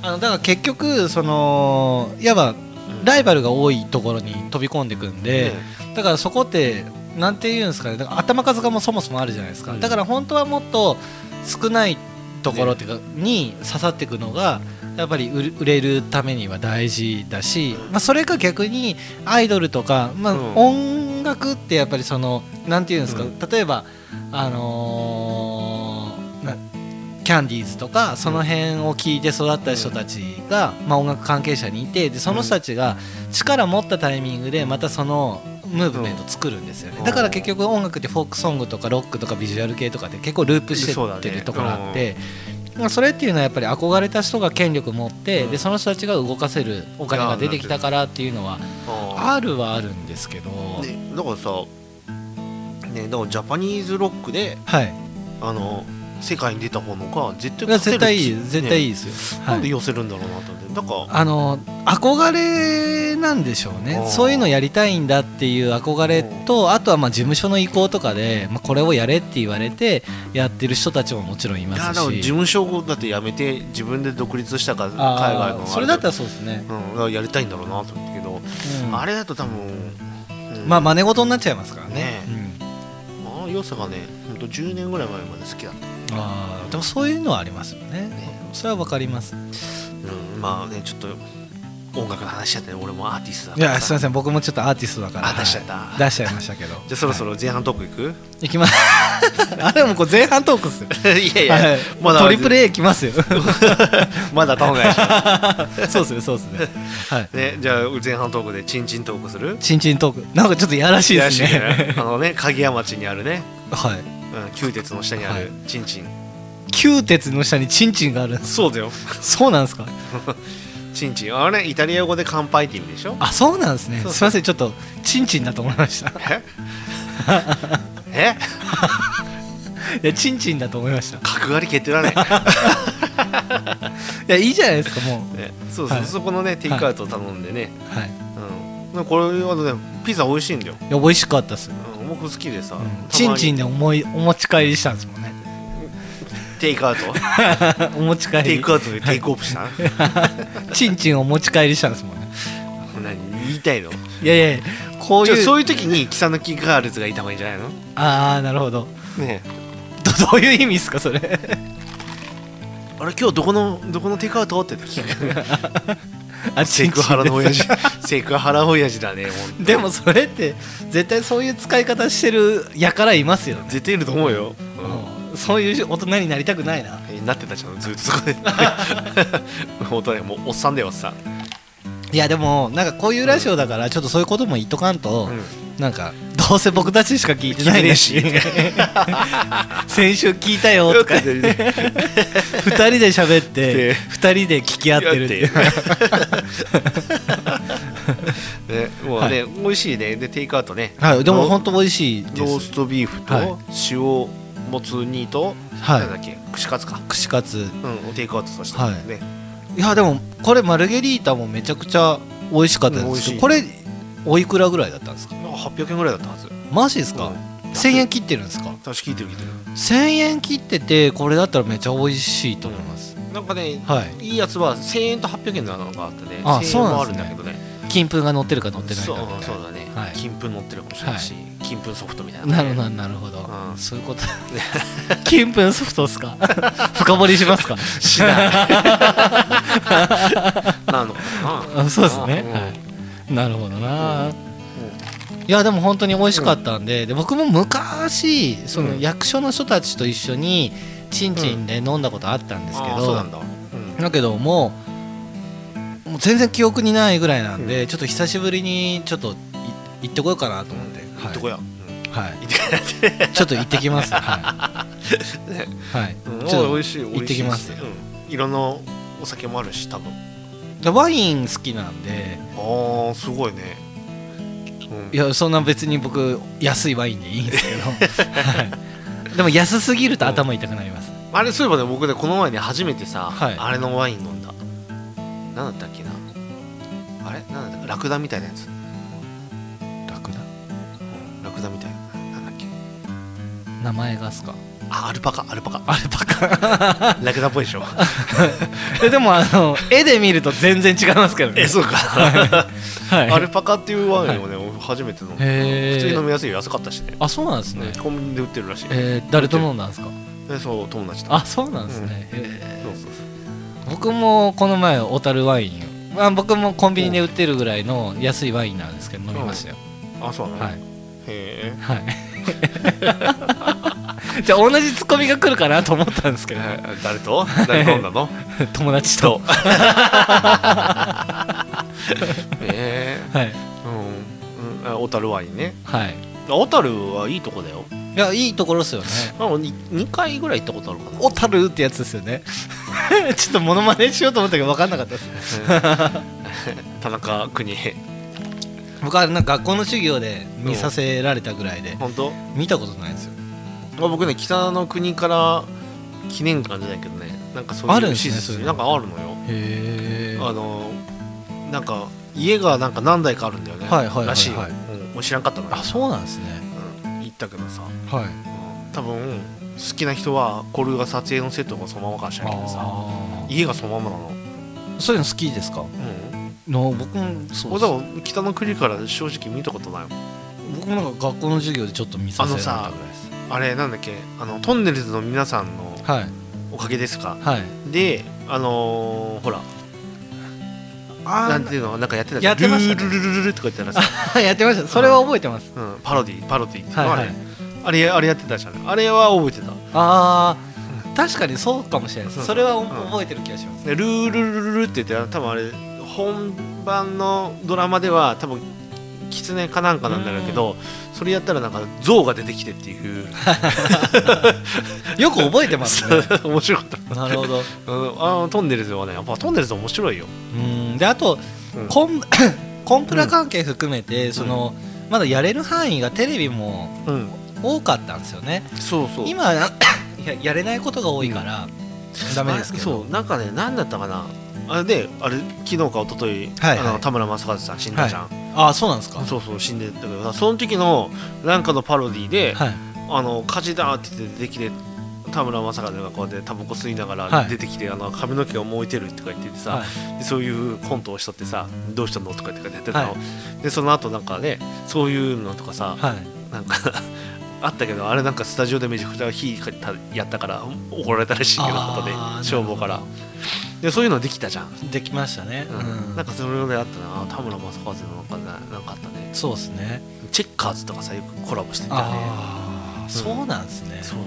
あのだから結局そのいわば
うん
ライバルが多いところに飛び込んでいくんで、
ね
だからそこってなんて言うんですかねだから頭数がもうそもそもあるじゃないですか、
うん
だから本当はもっと少ないところっていうか、に刺さっていくのがやっぱり売る売れるためには大事だし、まあ、それが逆にアイドルとか、まあ
うん
音楽ってやっぱりそのなんて言うんですか、
う
例えばあのーなキャンディーズとかその辺を聞いて育った人たちが、まあ、音楽関係者にいてでその人たちが力持ったタイミングでまたそのムーブメント作るんですよね、
うん
だから結局音楽ってフォークソングとかロックとかビジュアル系とかって結構ループして
そうだ
って
ね
るところあって。まあそれっていうのはやっぱり憧れた人が権力持って、
うん
でその人たちが動かせるお金が出てきたからっていうのは
あ
あるはあるんですけど、
ーねだからさねだからジャパニーズロックで
はい
あの世界に出た方のが絶対
いや絶対いい
勝てるっつ
絶対いい
ね
ですよ、は
ないんで寄せるんだろうなと思ってだから
あの憧れなんでしょう
あ
ね
ー
そういうのやりたいんだっていう憧れとあとはまあ事務所の意向とかで、まあ、これをやれって言われてやってる人たちももちろんいま
いや
す
だから
し
事務所だって辞めて自分で独立したから海外
あ
の
ー
あ
それだったらそうですね、
うん、だからやりたいんだろうなと思ったけど、
うん
あれだと多分、うん
まあ真似事になっちゃいますからね
ね
うん
あの良さがねほんと10年ぐらい前まで好きだった、
あーでもそういうのはありますよね
ね
それはわかります
うん、まあねちょっと音楽の話しちゃって俺もアーティストだ
い
から
やすい
さ
ません僕もちょっとアーティストだから
あ出しちゃった
出しちゃいましたけど
じゃあそろそろ前半トークいく、
いきます あでもこれ前半トークっすよ
い、やいや、
はい
まだ
トリプル A きますよ
まだ頭がいい
そうっすねそうっすねはい
ねじゃあ前半トークでチンチントークする
チンチントークなんかちょっとやらしいです
いやしい
ね
ねあのね鍵屋町にあるね、
はい
うん、旧鉄の下にあるチンチン、
旧鉄の下にチンチンがあるんです
そうだよ
そうなんですか
チンチンあれイタリア語で乾杯って意味でしょ
あそうなんですね
そうそう
すいませんちょっとチンチンだと思いました い
ええ
やチンチンだと思いましたい
角刈り蹴っ てられない、
やいいじゃないですかもう
ね、そうそう、
はい
そこのねテイクアウト頼んでね、
はい
うんなんかこれあとねピザ美味しいんだよ、
いや美味しかったっすよ、
うん、僕好きでさ、
うん
たまに
チンチンで思いお持ち帰りしたんですも んね
テイクアウト
お持ち帰
テイ
り
クアウトでテイクオフした
チンチンお持 ち帰りしたんですもんね
何言いたいの
いやいやいやこう
じゃあ
いう
そういう時にキサヌキガールズがいた方がいいんじゃないの
ああなるほど
ね
どどういう意味ですかそれ
あれ今日どこのどこのテイクアウトって聞く
あ
セクハラの親
チンチン
父 セクハラ親父だねほんと
でもそれって絶対そういう使い方してるやからいますよね、
絶対いると思うよ、うん
うんそういう大人になりたくないな
なってたじゃんずっとそ こで本当ねもうおっさんだよおっさん、
いやでもなんかこういうラジオだからちょっとそういうことも言っとかんと、なんかどうせ僕たちしか聞いてないんだし先週聞いたよとか
よく言ってる
2人で喋っ
で
て2人で聞き合ってるっていう
ねもうね、美味しいねでテイクアウトね
はいでも
ロ
本当美味しいで
ロー
す
ストビーフと、
はい
塩もつ煮と、
はい
なんだっけ串カツか、
串カツ
うん、テイクアウトさせて、
はい
ね
いやでもこれマルゲリータもめちゃくちゃ美味しかったんですけ
う
ど
ん美味しい
これおいくらぐらいだったんですか
なんか800円ぐらいだったはず
マジですか
うん
1000円切ってるんですか
私聞いてる聞いて
1000円切っててこれだったらめっちゃ美味しいと思います、
るなんかね
はい
いいやつは1000円と800円なのがあってね
あ
1000
そう
円
なん
もあ
で
る
す
ん
ね
だけどね
金粉が乗ってるか乗ってないか
そう
みたいな
そうだね
はい
金粉乗ってるかもしれないし金粉ソフトみたいなね
なるほどなるほど、
うん
そういうこと 金粉ソフトですか深掘りしますかしな
なのかな
そうですね、
うん
はい、 なるほどな、いやでも本当に美味しかったんで,、で僕も昔その
うん
役所の人たちと一緒にチンチンで飲んだことあったんですけ
あー
ど、
そうなんだうん
だけどもうもう全然記憶にないぐらいなんで、ちょっと久しぶりにちょっとい行ってこようかなと思って、
行
は
っ
い
てこや
はいちょっと行ってきますはい、
ね
はい
うん
ちょっと
おい美味しい
行ってきます
美味しいうんいろんなお酒もあるし多分
でワイン好きなんで
ああすごいねう
い
ん
やそんな別に僕安いワインでいいんですけ ど、はい、でも安すぎると頭痛くなります、
あれそういえばね僕ねこの前ね初めてさ
はい
あれのワイン飲んだなんだったっけなあれなんだったラクダみたいなやつ
楽だ
ラクダみたいななんだっけ
名前がっすか
あアルパカアルパカ
あれバカ
ラクダっぽいで しょ
でもあの絵で見ると全然違いますけどね
えそうか
はい
アルパカっていうワインをね俺初めて飲んだ
へー
普通に飲みやすいよ安かったしね
あそうなんですね、
コンビニで売ってるらしいね
えー誰と飲んだんですか
でそう友達と
あそうなんですね、へ
そうそう
ー
そう
僕もこの前小樽ワインを、まあ、僕もコンビニで売ってるぐらいの安いワインなんですけど飲みましたよ、
あそうなの
はい
へ
はい じゃあ同じツッコミが来るかなと思ったんですけ
え
ど
誰と誰と飲んだの
友達と、
ええ
はい
うんうんあ小樽ワインね
はい
あ小樽はいいとこだよ
いやいいところですよね
あ2回ぐらい行ったことあるかな
小樽ってやつですよね ちょっとモノマネしようと思ったけど分かんなかったです
田中邦衛
僕はなんか学校の授業で見させられたぐらいで
本当
見たことないんですよ
まあ、僕ね北の国から記念館じゃないけどねなんかそう
あるんで
いう
す
施
ね
設、
そういうの
なんかあるのよ、
へ
あのなんか家がなんか何台かあるんだよね、
はいはいはいはい
らしいよ、うん、もう知らんかったのよ
あそうなんですね
うん、行ったけどさ、
はい
うん多分好きな人はこれが撮影のセットがそのままかもしれないけどさ
あ
家がそのままなの
ーそういうの好きですか
うん
の僕もそう
俺
です
でも北の国から正直見たことないもん
僕もなんか学校の授業でちょっと見させられたぐらいです
あれなんだっけあのトンネルズの皆さんの
はい
おかげですか
はい
であのー、ほらな
あ
んていうのなんかやってたじゃ
や
ん
ってましたね
ルルルルルルとか言ったらさ、
あやって ましたそれは覚えてます
うん、パロディパロディっていう
は
の
い
は
は
ね
い
あれあれやってたじゃんあれは覚えてた
あー確かにそうかもしれないです
うん
それはお
ん
覚えてる気がします
でルールルルルって言ってたら多分あれ本番のドラマでは多分狐かなんかなんだろうけどそれやったらなんか象が出てきてっていう
よく覚えてますね
面白かっ た、
なるほど
うん、あのトンネルズはねやっぱトンネルズ面白いよ、
うんであと、
うん
コン コンプラ関係含めて、そのまだやれる範囲がテレビも
うん、
多かったんですよね
そうそ
今 はいややれないことが多いから、ダメですけ
あ
ど
そうなんかね何だったかなあれであれ昨日か一昨日、
はいはい
あの田村正和さん死んだじゃん、
ああそうなんですか
そうそう死んでたけどさその時のなんかのパロディで「
はい
あの火事だ!」って言って出てきて田村正和がこうやってタバコ吸いなが
は
ら
い
出てきて、あの髪の毛が燃えてるとか言っててさ、
はい
でそういうコントをしとってさ「どうしたの?」とか言ってやってたの、
は
でその後なんかねそういうのとかさ、
はい
なんか あったけどあれなんかスタジオでめちゃくちゃ火やったから怒られたらしいけど
あー
後で
なるほど
消防からでそういうのできたじゃん、
できましたね、
う
うんん
なんかそれぐらいあったな田村正和のなんかななんかあったね
そうですね
チェッカーズとかさよくコラボしてたよね
ああ、
ん
そうなんですね
そう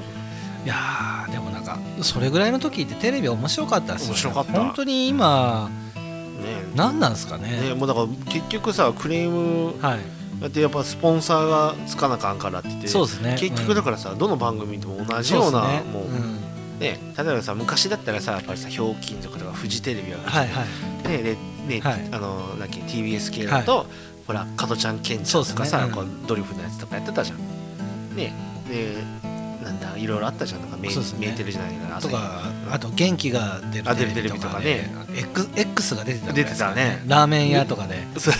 いやーでもなんかそれぐらいの時ってテレビ面白かったですよね
面白かった
本当に今
ね
何なんですかね
ねもうだから結局さクレーム
はい
だってやっぱスポンサーがつかなあかんからって言って
そうですね
結局だからさ、どの番組でも同
ら
じようなもう、
ねん
ね例えばさ昔だったらさやっぱりさひょうきん族とかフジテレビが
はいはい
ねねね、
はい
あのなんだっけ TBS 系だと、ほら加トちゃんケンちゃんと
そ
か
う
さ、
ですね
こうドリフのやつとかやってたじゃん。ねでなんだいろいろあったじゃんなんか見え,、
そうですね
見えてるじゃないかな
とか
うん
あと元気が出
あ
る
出る
テレビとかで
テレビと
X, X が出てたぐらいですか
出てたね
ラーメン屋とかで
そう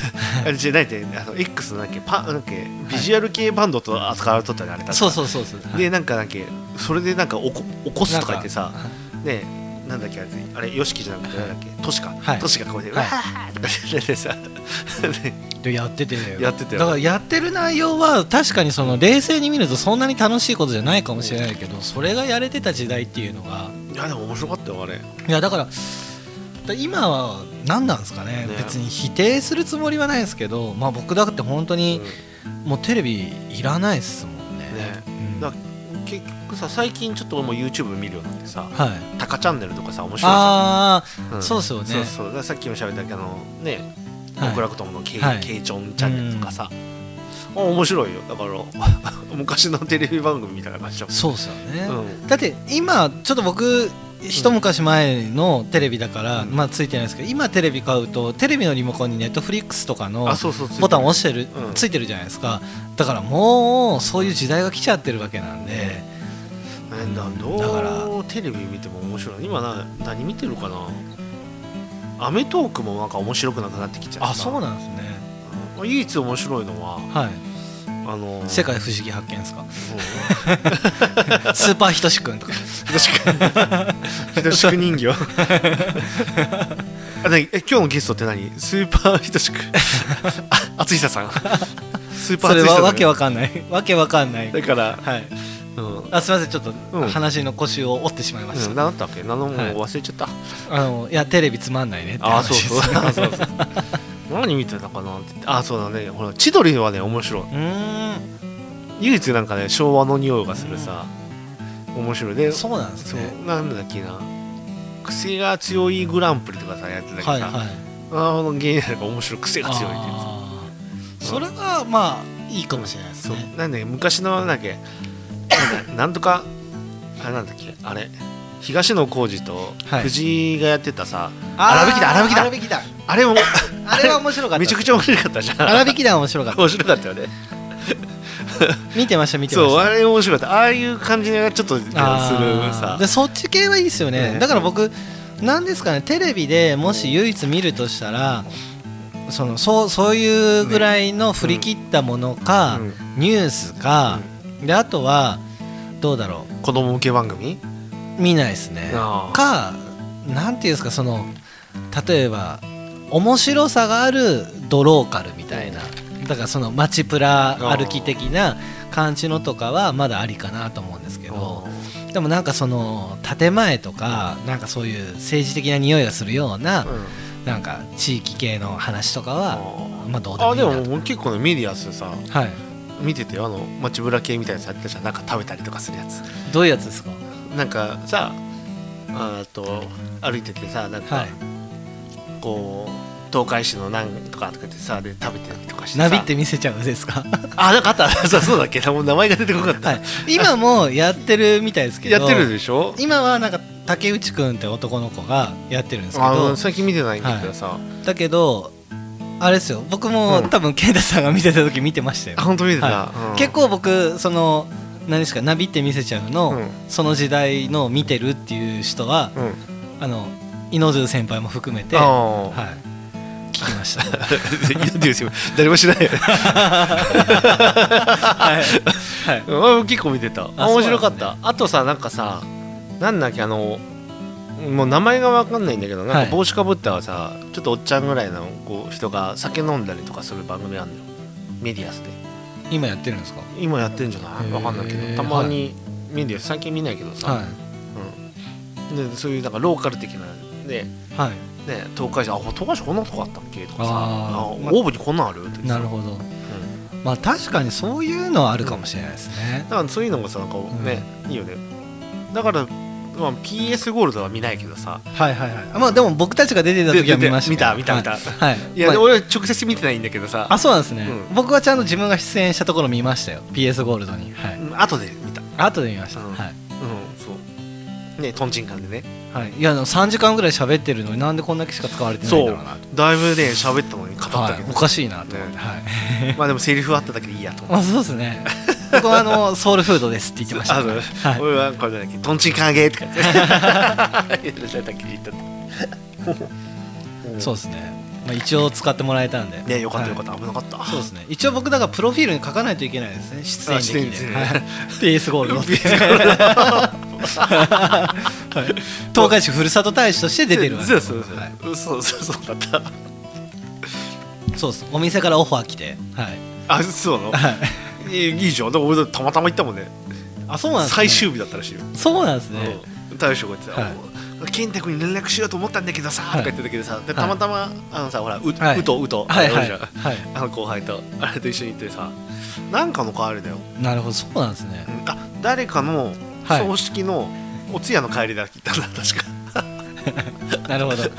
あれじゃないってあの X なんだっけパなんだっけビジュアル系バンドと扱われとったねあれ
そう
う
そうそうそうはい
でなんかなんかそれでなんか起こ起こすとか言ってさ
なんか
ねなんだっけあれあれ YOSHIKI じゃなくてなんだっけトシか、
はい
トシがこうで「う
は
わ
い
ー!」とか言ってさ、 ね
でやってて
やってたよ
だからやってる内容は確かにその冷静に見るとそんなに楽しいことじゃないかもしれないけどそれがやれてた時代っていうのが
いやでも面白かったよあれ
いやだからだ今は何なんですかね
ね
別に否定するつもりはないですけど、まあ、僕だって本当にもうテレビいらないですもんね
ね
うん
だ結局さ最近ちょっと俺も YouTube 見るようになってさ
はい
「タカチャンネル」とかさ面白いじゃん
ああ、
ん
そうですよね
そうそうだからさっきも喋ったけどあのね
はい
極楽友のケイ,、
はい
ケイチョンチャンネルとかさ、あ面白いよだから 昔のテレビ番組みたいな感じだも
そうですよね、
ん、うん、
だって今ちょっと僕一昔前のテレビだから、
うん
まあついてないですけど今テレビ買うとテレビのリモコンにネットフリックスとかの
あそうそう
ボタンを押してる、
うん
ついてるじゃないですかだからもうそういう時代が来ちゃってるわけなんで、
えだどう
だから
テレビ見ても面白い今な何見てるかなアメトークもなんか面白くなくなってきちゃった
あそうなんですね
うん唯一面白いのは
はい
あの
「世界不思議発見」ですか
う
「スーパーひとしくん」 とか
んひどしくひどしく 人形あ何え今日のゲストって何スーパーひ としくあ厚久さんスーパ
そ
ー厚
れ
久さん
はわけわかんないわけわかんない
だから、
はい
うんうん
あすみませんちょっと
うん
話の腰を折ってしまいました、
何だったっけ何のもう
はい
忘れちゃった、
あのいやテレビつまんないねって
ああ
話
そ
で
う
す
そうあそう そう何見てたかなってあそうだねほら千鳥はね面白いう
ーん
唯一なんかね昭和の匂いがするさ、面白いで
そうなんですね
そうなんだっけな癖が強いグランプリとかさやってたけどさ、
はいはい
あの芸人なんか面白い癖が強いってやつ
あーそれがまあいいかもしれないです
そう
ね
なんだっけ昔のなんだっけなんだなんとかあれなんだっけあれ東野幸治と
はい
藤井がやってたさ、
あー
荒引きだ荒引きだ
荒引きだ
あれも
あれは面白かった
めちゃくちゃ面白かったじゃん
荒引きだ面白かった
面白かったよね
見てました見てま
そう
し
あれ面白かったああいう感じがちょっとする
た
さ
あーでそっち系はいいですよね
ね
だから僕なんですかねテレビでもし唯一見るとしたらそのそうそういうぐらいの振り切ったものか、
うん
ニュースか、であとはどうだろう
子供向け番組
見ないですね
あー
かなんていうんですかその例えば面白さがあるドローカルみたいなだからその街プラ歩き的な感じのとかはまだありかなと思うんですけどでもなんかその建前とかなんかそういう政治的な匂いがするような
うん
なんか地域系の話とかは
あ
まあどうで
ー
もい
あ
い
で
な
も俺結構ねメディアスさ
とはい
見ててあの街ぶら系みたいなやつやってたじゃんなんか食べたりとかするやつ
どういうやつですか
なんかさあーと歩いててさな
は
んか
い
こう東海市のなんとかとか言ってさで食べてたりとかしてさ
ナビって見せちゃうんです か
あなんかあったそうそうだっけもう名前が出てこなかった、
はい今もやってるみたいですけど
やってるでしょ
今はなんか竹内くんって男の子がやってるんですけ
あの
ど
最近見てないんだけどさ、
だけどあれですよ僕も、
うん
多分健太さんが見てた時見てましたよ
あ、本当見てた、
は
うん
結構僕その何ですかナビって見せちゃうの、
うん
その時代の見てるっていう人は、
うん
あのイノズー先輩も含めて、は
ああ
い、聞きました
言ってるんですよ誰も知 らないよね
はい、はい、
うん結構見てた
あ
面白かっ
そうな
た、あとさなんかさなんだっけあのもう名前が分かんないんだけどな
は
ん
い
か帽子かぶったさちょっとおっちゃんぐらいのこう人が酒飲んだりとかする番組あんのよメディアスで
今やってるんですか
今やってんじゃない
へー
分かんないけどたまにメディアス最近見ないけどさ、
い
うん、でそういうなんかローカル的なで
はい
ね、東海市あ東海市こんなとこあったっけとかさあ
あー
オーブにこんなんあるって
なる
ど
ほど
うん
まあ確かにそういうのはあるかもしれないですね、
だからそういうのもさなんかね、いいよねだから、まあ、PS ゴールドは見ないけどさ
はいはいはいあまあでも僕たちが出てた時は見ました
見た
よ
見た見た、
はいはい、
や、
まあ
で俺は直接見てないんだけどさ
あそうなんですね、
うん
僕はちゃんと自分が出演したところ見ましたよ PS ゴールドにはい
うん後で見たうん
後で見ました、
うん
はい、
そうねとんちんかんでね
はい、いやあの3時間ぐらい喋ってるのになんでこんだけしか使われてないんだろうなと
だいぶね喋ったのに語った
は
け
い、
ど、
おかしいなと思って、
ね
はい
まあでもセリフあっただけでいいやと思っ
まあそうですね僕はあのソウルフードですって言って ました
あ
ね、
の、
はい
俺はこれだっけとんちんかんげーとか言って言ったっけ言ったっ
そうですね、まあ、一応使ってもらえたんで
け ねよかったよか
っ
った危なかった
たそうですね一応僕だからプロフィールに書かないといけないですね出演
あ出演
歴
です
で、
ね
はい、PS ゴールドはい東海市ふるさと大使として出てるわけ
そう
です
そうそう、
はい
そうそうそうだった
そうですお店からオファー来てはい
あそうなの
はい
いいいいじゃんだから俺たまたま行ったもんね
あそうなんです、ね、
最終日だったらしいよ、
そうなんですね、
うん大将が言って
はい
た「健太君に連絡しようと思ったんだけどさ」とか
い
言ってたけどさでたまたまあのさほらう
はいう
とうと
はいはい
あの俺
はい
らあの後輩とあれと一緒に行ってさなんかの帰りだよ
なるほどそうなんですね
うんあ誰かの
はい
葬式のお通夜の帰りだったんだ確か
なるほどなる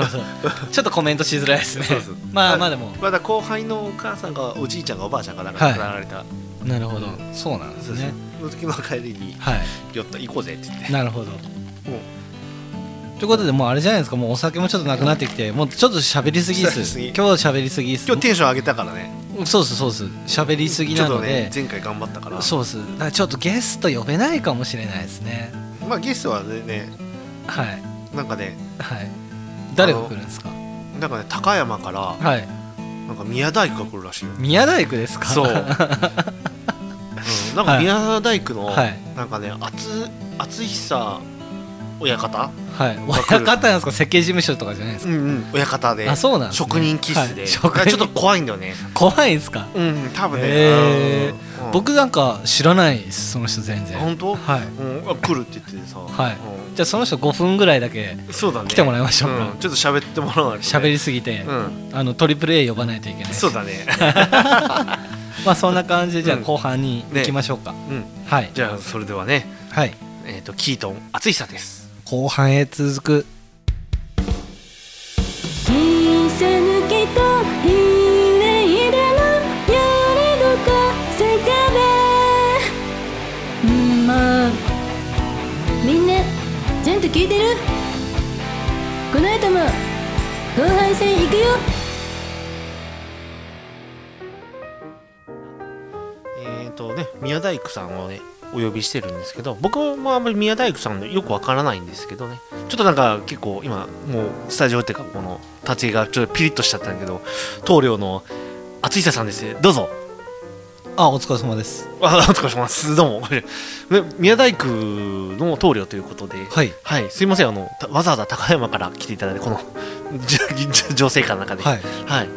ほどちょっとコメントしづらいですね
そうそう
まあまあでも
まだ後輩のお母さんがおじいちゃんがおばあちゃんかなんか
はい
亡くなられた
なるほどそうなんです
そうそう
ね
その時の帰りに
は
「よっと行こうぜ」って言って
いなるほどということでもうあれじゃないですかもうお酒もちょっとなくなってきてもうちょっと喋りすぎです
喋りすぎ
今日喋りすぎです
今日テンション上げたからね
そうですそうです喋りすぎ
ちょ
な
っと
の
ね
で
前回頑張ったから
そうですだからちょっとゲスト呼べないかもしれないですね
まあゲストはね
はい
なんかね
はい誰が来るんですか
なんかね高山から
はい
なんか宮大工が来るらしいよ
宮大工ですか
そう、うん、なんか
はい
宮大工の、
はい
なんかね厚厚久親方
はい親方なんですか設計事務所とかじゃないです
う
か
んうん親方で
あそうなんですね
職人気質で、
はい職人
ちょっと怖いんだよね
怖いんですか
うん多分ね、
へ
うん、
僕なんか知らないですその人全然
本当、
はい
うん、あ来るって言っててさ、
はい
うん
じゃあその人5分ぐらいだけ
そうだね
来てもらいましょうか
んちょっと喋ってもらわないとね
喋りすぎて、
うん
あのトリプル A 呼ばないといけない
そう だね
まあそんな感じでじゃあ
うん
後半に
ね
行きましょうか、
うん
はい
じゃあそれではね
はい
えっ、とキートン厚久です
後半へ続く
「見せ抜けたいねいだのやれどかせかべ」んまあみんなちゃんと聞いてるこの後も後半戦行くよ
えっ、とね宮大工さんをねお呼びしてるんですけど僕もあんまり宮大工さんのよくわからないんですけどねちょっとなんか結構今もうスタジオっていうかこの立ち絵がちょっとピリッとしちゃったんだけど棟梁の厚久さんですどうぞ
あお疲れ様です
あお疲れ様です どうもね宮大工の棟梁ということで
はい
はい、すいませんあのたわざわざ高山から来ていただいてこのじょ情勢下の中で、
はいい
はい、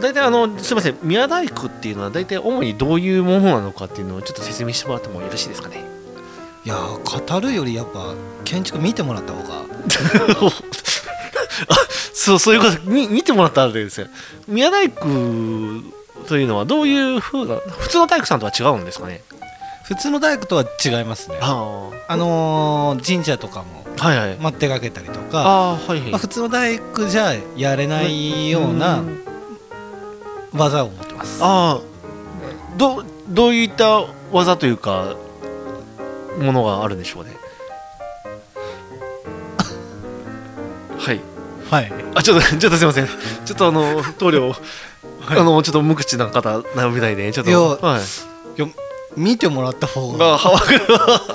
大体あのすいません宮大工っていうのは大体主にどういうものなのかっていうのをちょっと説明してもらってもよろしいですかね
いやー語るよりやっぱ建築見てもらった方が
あそうそういうことに見てもらったわけですよ宮大工というのはどういうふうな普通の大工さんとは違うんですかね
普通の大工とは違いますねあ
あ
のー神社とかも、
あはいはい
まあ、手掛けたりとか
ああーはいはい
まあ、普通の大工じゃやれないような技を持ってます
ああどどういった技というかものがあるんでしょうね はい
はい
あちょっとちょっとすいませんちょっとあの棟梁、あのちょっと無口な方並びないでちょっと
いや
はい
いや見てもらった方が、
あはわかる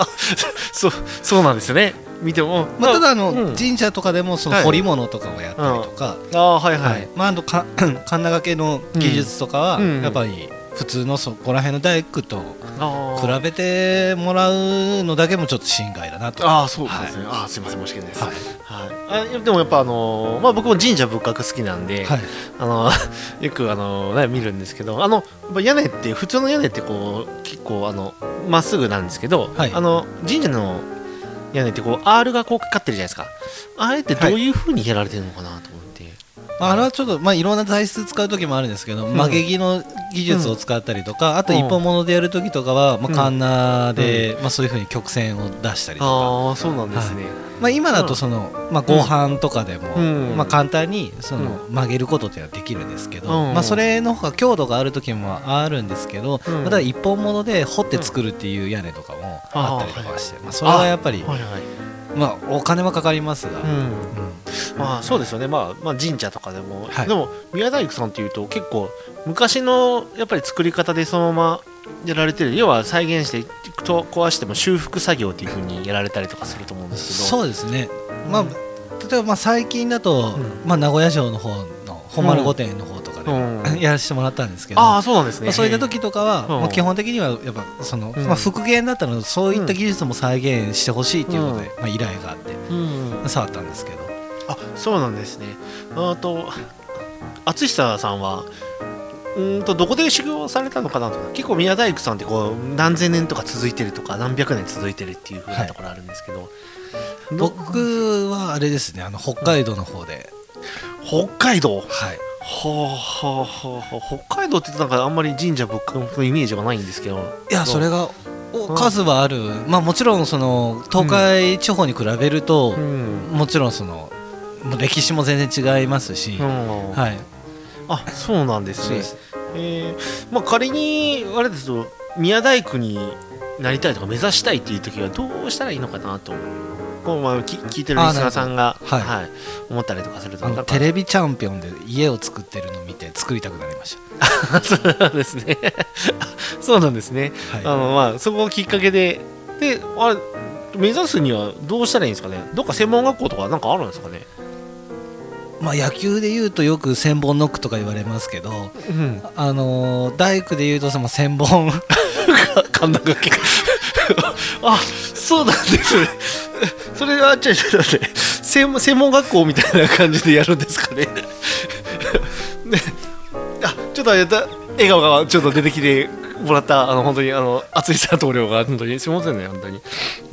そうそうなんですよね見ても
まあ、ただあの、
うん
神社とかでもその
はい
彫り物とかをやったりとか、
ああはいは、
はいいまあ、あとか 神長掛けの技術とかは、
うんうん
やっぱり普通のそこら辺の大工と
あ
比べてもらうのだけもちょっと心外だなと。
ああそうですね、ああすいません申し訳ないです、
は
はいいあでもやっぱあのまあ僕も神社仏閣好きなんで、
はい、
あの よくあの、ね、見るんですけどあのやっぱ屋根って普通の屋根ってこう結構あのまっすぐなんですけど、
はい
あの神社の屋根ってこう R がこうかかってるじゃないですかあれってどういうふうにやられてるのかなと思って、
まあ、あれはちょっと、まあ、いろんな材質使う時もあるんですけど、曲げ木の技術を使ったりとか、あと
うん
一本物でやる時とかは、まあ、
うん
カンナで、まあ、そういうふうに曲線を出したりとか、
ああそうなんですね、
まあ、今だとその、まあ、
うん
ご飯とかでも、
うん
まあ、簡単にその曲げることっていうのはできるんですけど、
うん
まあ、それのほか強度がある時もあるんですけど、
うん
まあただ一本物で掘って作るっていう屋根とかもあったりとかして、まあ、それ
あ
はやっぱり
はいはい
まあ、お金はかかりますが、
うん
うん
まあそうですよね、まあ、まあ神社とかでも、
はい
でも宮大工さんっていうと結構昔のやっぱり作り方でそのままやられてる要は再現してと壊しても修復作業っていう風にやられたりとかすると思うんですけど
そうですね、まあ、例えばまあ最近だと、まあ、名古屋城の方の本丸御殿の方とかで、
うん
やらせてもらったんですけど、
ああそうなんです
ま
ね
あ、そういった時とかは、
うん
まあ、基本的にはやっぱその、
うん
まあ、復元だったのでそういった技術も再現してほしいということで、まあ、依頼があって
うん
触ったんですけど
あそうなんですねあと淳久さんはうーんとどこで修行されたのかなと結構宮大工さんってこう何千年とか続いてるとか何百年続いてるっていう風なところあるんですけど、ど
僕はあれですねあの北海道の方で、
北海道
はい
はあはあはあはあ北海道って言うとなんかあんまり神社仏閣のイメージがないんですけど
いや
そう
それがお
うん
数はある、まあ、もちろんその東海地方に比べると、
うん、
もちろんそのもう歴史も全然違いますし、
うん
はい
あそうなんです
そう
ね
です
えーまあ、仮にあれですと宮大工になりたいとか目指したいっていう時はどうしたらいいのかなとこう、まあ、き聞いてるリスナーさんが、
あなるほどは
思ったりとかすると
あ
な
の
んか
テレビチャンピオンで家を作ってるのを見て作りたくなりまし
そうなんですね そうなんですね、
た、はい
あのまあ、そこをきっかけでであれ目指すにはどうしたらいいんですかねどっか専門学校とかなんかあるんですかね、
まあ、野球でいうとよく千本ノックとか言われますけど、
うん、
あのー大工でいうとその千 本
神田楽器 あそうなんです ねそれはちょっと待って専門専門学校みたいな感じでやるんですかね ねあちょっとあれだ笑顔がちょっと出てきてもらったあの本当にあの熱い佐藤亮が本当にすみませんね本当に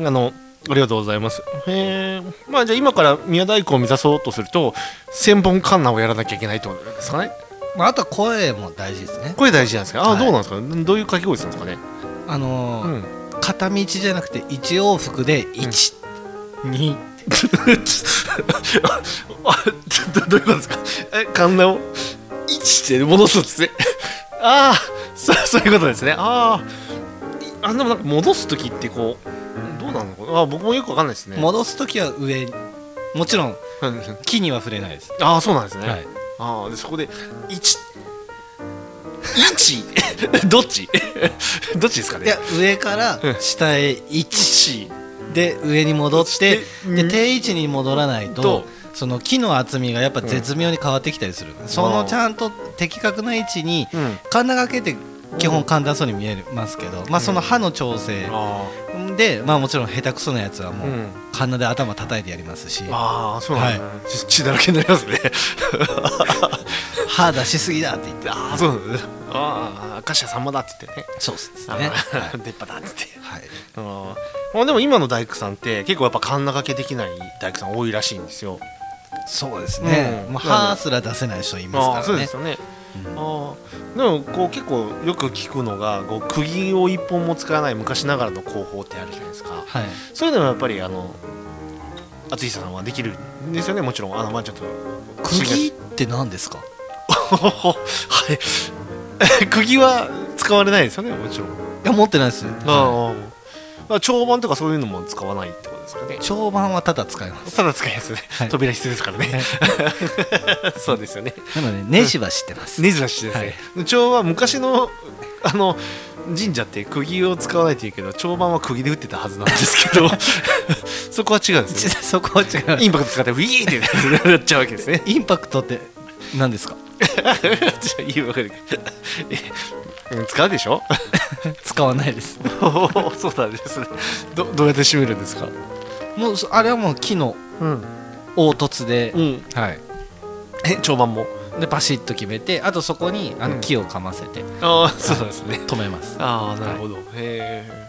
あのありがとうございますへえまあじゃあ今から宮大工を目指そうとすると千本カンナをやらなきゃいけないってことなんですかね
まああとは声も大事ですね
これ大事なんですかあ、
はい
どうなんですかどういう掛け声するんですかね
あの
う
ー
ん
片道じゃなくて一往復で一、二
あちょっとどういうことですかえカンナを1って戻すんですね ああそうそういうことですねあーいあでもなんか戻す時ってこうどうなのかなあ僕もよくわかんないですね
戻す時は上にもちろん
うん
木には触れないです、
ああそうなんですね、
はい、
ああでそこで1 1 どっち どっちですかね
いや上から
うん
下へ一で上に戻って
うん
で定位置に戻らないと
と
その木の厚みがやっぱ絶妙に変わってきたりする、そのちゃんと的確な位置に
うん
神田掛けって基本簡単そうに見えますけど、まあ、その歯の調整
あ
で、まあ、もちろん下手くそなやつはもう、
うん
カンナで頭叩いてやりますし
ーあーそうなんですね、血血だらけになりますね
歯出しすぎだって言って
ああそうなんですねああ明石家さんまだって言ってね
そうです
あ
ね、はい
ー 出っ歯だって言って
はい
あーまあでも今の大工さんって結構やっぱカンナ掛けできない大工さん多いらしいんですよ。
そうですね、
うん
もう歯すら出せない人いますか
そう
ら
で
ね
すよね。あーでもこう結構よく聞くのがこう釘を一本も使わない昔ながらの工法ってあるじゃないですか。
はい
そういうのはやっぱりあの淳さんはできるんですよねもちろんあのまあちょっと
釘って何ですか
はい 釘は使われないですよねもちろん。
いや持ってないです
あーまあ長板とかそういうのも使わないってことですかね。
長板はただ使います
ただ使いやすいですね、
はい
扉必須ですからね そうですよね
なのでネジは知ってます、
根ずらしですね、長は昔のあの神社って釘を使わないといいけど長板は釘で打ってたはずなんですけどそこは違うんですね
そこは違う
インパクト使ってウィーってなっちゃうわ けですね
インパクトって何ですか
じゃあいいわけでえ使うでしょ
使わないです
そうなんですねどどうやって締めるんですか
もうそあれはもう木の
うん、
凹凸で、
うん、
はい、
え長板も
でバシッと決めてあとそこにあ
う
の
ん
木をかませて
ああそうなんですね
止めます、
ああなるほど、へえ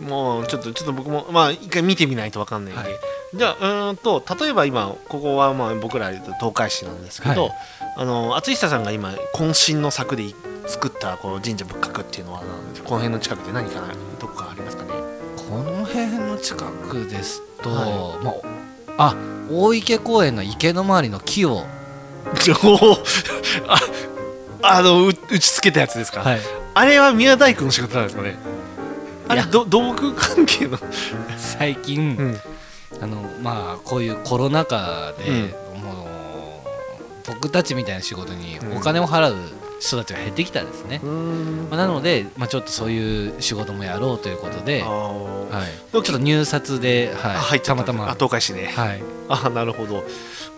もうちょっとちょっと僕もまあ一回見てみないとわかんないんで、
はい
じゃあうーんと例えば今ここはまあ僕らで言うと東海市なんですけど、
はい
あの厚久さんが今渾身の作で作ったこの神社仏閣っていうのはこの辺の近くで何かなどこかありますか ね
この辺の近くですと、
は
まああ大池公園の池の周りの木を、
おああの打ちつけたやつですか、
い、
あれは宮大工の仕事なんですかねあれ
いや
ど土木関係の、
最近、あのまあこういうコロナ禍で、もう僕たちみたいな仕事にお金を払う人たちが減ってきたんですね
う、ん
まあなので、まあ、ちょっとそういう仕事もやろうということで、
あ
は
ー
い、ちょっと入札で、
あ
は
入
い、
っちゃ
た
った
またま
あ東海市ね
はい、
あなるほど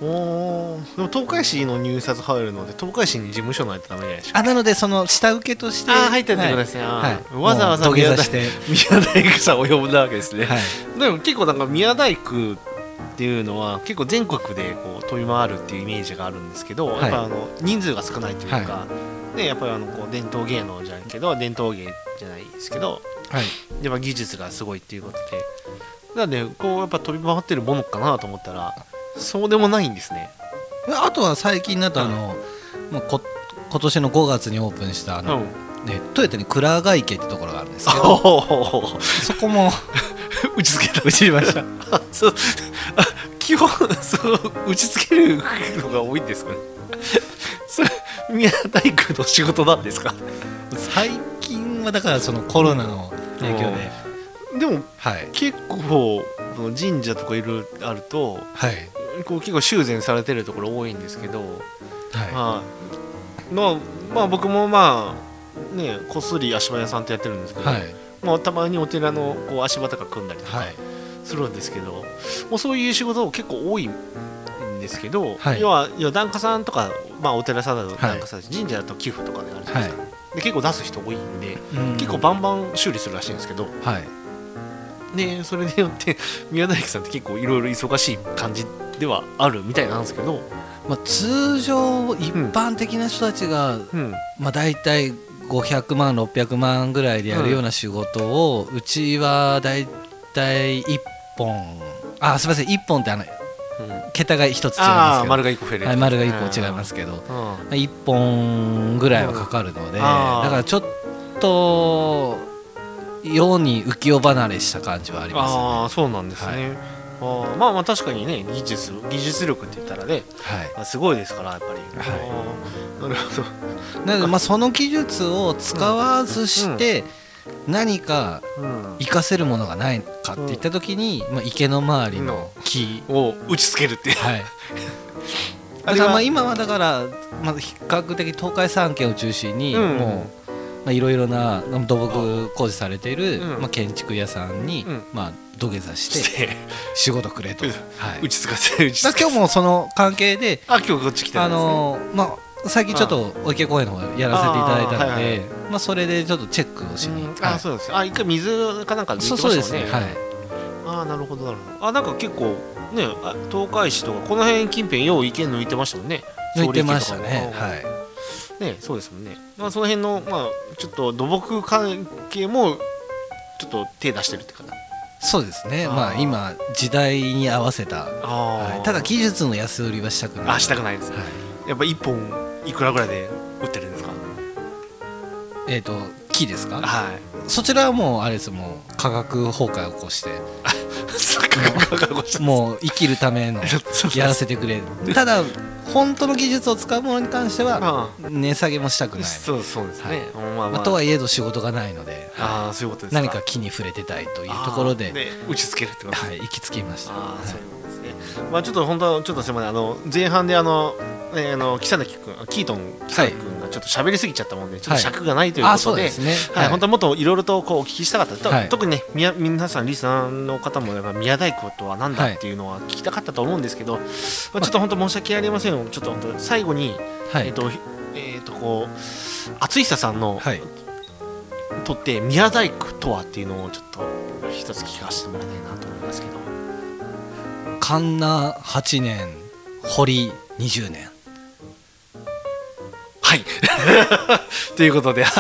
おーでも東海市の入札入るので東海市に事務所ないとダメじゃないですか
あなのでその下請けとして
あー入ってってください
はい
あーわざわざ
もう土下座して
宮大工さんを呼んだわけですね、
はい
でも結構なんか宮大工っていうのは結構全国でこう飛び回るっていうイメージがあるんですけど、
はい
やっぱあの人数が少ないというか、
は
ね、やっぱりあのこう伝統芸能じゃないけど伝統芸じゃないですけど
はい
やっぱ技術がすごいっていうことでなんでこうやっぱ飛び回ってるものかなと思ったらそうでもないんですね
あとは最近だとあの、まあ、こ今年の5月にオープンしたあ
うん
の、ね、トヨタにクラーガイケってところがあるんですけど
あ
そこも打ちつけた打ちました
そうあ基本そう打ちつけるのが多いんですかね それ宮大工の仕事なんですか
最近はだからそのコロナの影響で、
うんでも
はい
結構その神社とかいろいろあると
はい
こう結構修繕されてるところ多いんですけど、
は
まあ、まあまあ僕もまあねこっそり足場屋さんってやってるんですけ
い
ど、
はい
まあ、たまにお寺のこう足場とか組んだりとか
はい
するんですけど、もうそういう仕事結構多いんですけど、
はい
要は要は檀家さんとか、まあ、お寺さんだと
はい
檀家さんだし、神社だと寄付とかであるじゃないですか、で結構出す人多いんで
うん
結構バンバン修理するらしいんですけど、
はい
ね、それによって 宮大工さんって結構いろいろ忙しい感じではあるみたいなんですけど、
まあ、通常一般的な人たちが、
うん、
まあ、大体500万600万ぐらいでやるような仕事を、うちは大体1本あすみません1本ってあの桁が1つ違いま
あ
す
あ
けど
丸が1個増える、
はい、丸が1個違いますすけど
うんうん
1本ぐらいはかかるので、
うんあー
だからちょっと世に浮世離れした感じはあります、
ああそうなんですね、あーまあまあ確かにね技術技術力って言ったらね
はい、
まあすごいですからやっぱり、
は
あーなるほど
なのでまあその技術を使わずして何か
うん
活かせるものがないかっていった時に、まあ、池の周りの木、
を打ちつけるっていう
はい、
あ
だ
れ
から
は
まあ今はだから、まあ、比較的東海三県を中心に
うん
もうまあいろいろな土木工事されている
うん
まあ建築屋さんに
うん
まあ土下座して
して
仕事くれと、
うん
はい、
打ちつかせる打ちつ
だ
か
か
せ
ら今日もその関係で、
あ今日こっち来てる
あ
んですね
のーまあ、最近ちょっとお池公園の方やらせていただいたの
あーはい
でまあ、それでちょっとチェックをしに、
うん
はい
あそうですあ一回水かなんかで
そ
行
う
っ
そう
てま
で
し
す
たも
ね
んね
はい
ああなるほどなるほどあなんか結構ねあ東海市とかこの辺近辺よう意見抜いてましたもんね
抜いてました
総理意見
ね
とかも
はい
ねそうですもんね、まあ、その辺の、まあ、ちょっと土木関係もちょっと手出してるって感じ
そうですね
あー
まあ今時代に合わせた、は
あ
い、ただ技術の安売りはしたくない
あしたくないです
はい
やっぱ一本いくらぐらいで売ってるんですか
えっ、と木ですか
はい
そちらはもうあれですもう価格崩壊を起こして
サッカーが
もう生きるためのやらせてくれただ本当の技術を使うものに関しては
あ
値下げもしたくない、
そうそうですね、まあ
まあ、とはいえど仕事がないので、
ああそういうことですか
何か木に触れてたいというところで
あー打ちつけるってことです
はい、行き着きました
ああそういうことですねまあちょっと本当はちょっとすみませんあの前半であのねあの木更木君あキートン木更木君がちょっと喋りすぎちゃったもんでちょっと尺がないという
あ
こ
ーそ
と
う
で
ですね
はい、本当はもっといろいろとこうお聞きしたかった、と
はい
特にね宮皆さんリスナーの方もやっぱ宮大工とは何だっていうのは聞きたかったと思うんですけど、まあ、ちょっと本当申し訳ありませんちょっと本当最後に、
は
えっ、
い
とひえっ、とこう厚久さんの、
はい
とって宮大工とはっていうのをちょっと一つ聞かせてもらいたいなと思いますけど
神奈8年堀20年
はい ということであ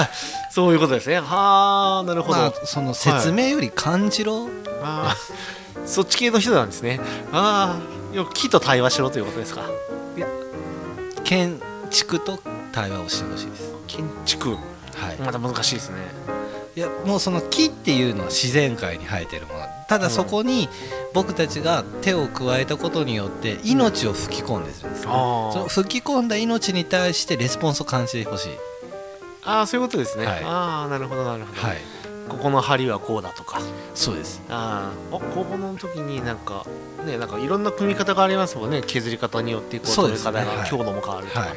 そういうことですねはあなるほど、
まあその説明より感じろ、
あーそっち系の人なんですねああよ木と対話しろということですか
建築と対話をしてほしいです、
建築
はい
また難しいですね
いやもうその木っていうのは自然界に生えてるものただそこに僕たちが手を加えたことによって命を吹き込んでするんですね、
あー
その吹き込んだ命に対してレスポンスを感じてほしい、
あーそういうことですね、
はい
ああなるほどなるほど、
はい、
ここの針はこうだとか
そうです
あーあ高校の時になんかねなんかいろんな組み方がありますもんね削り方によってこう
そう
取
で
れ
す
方
ね
が
はい
強度も変わるとか、
はい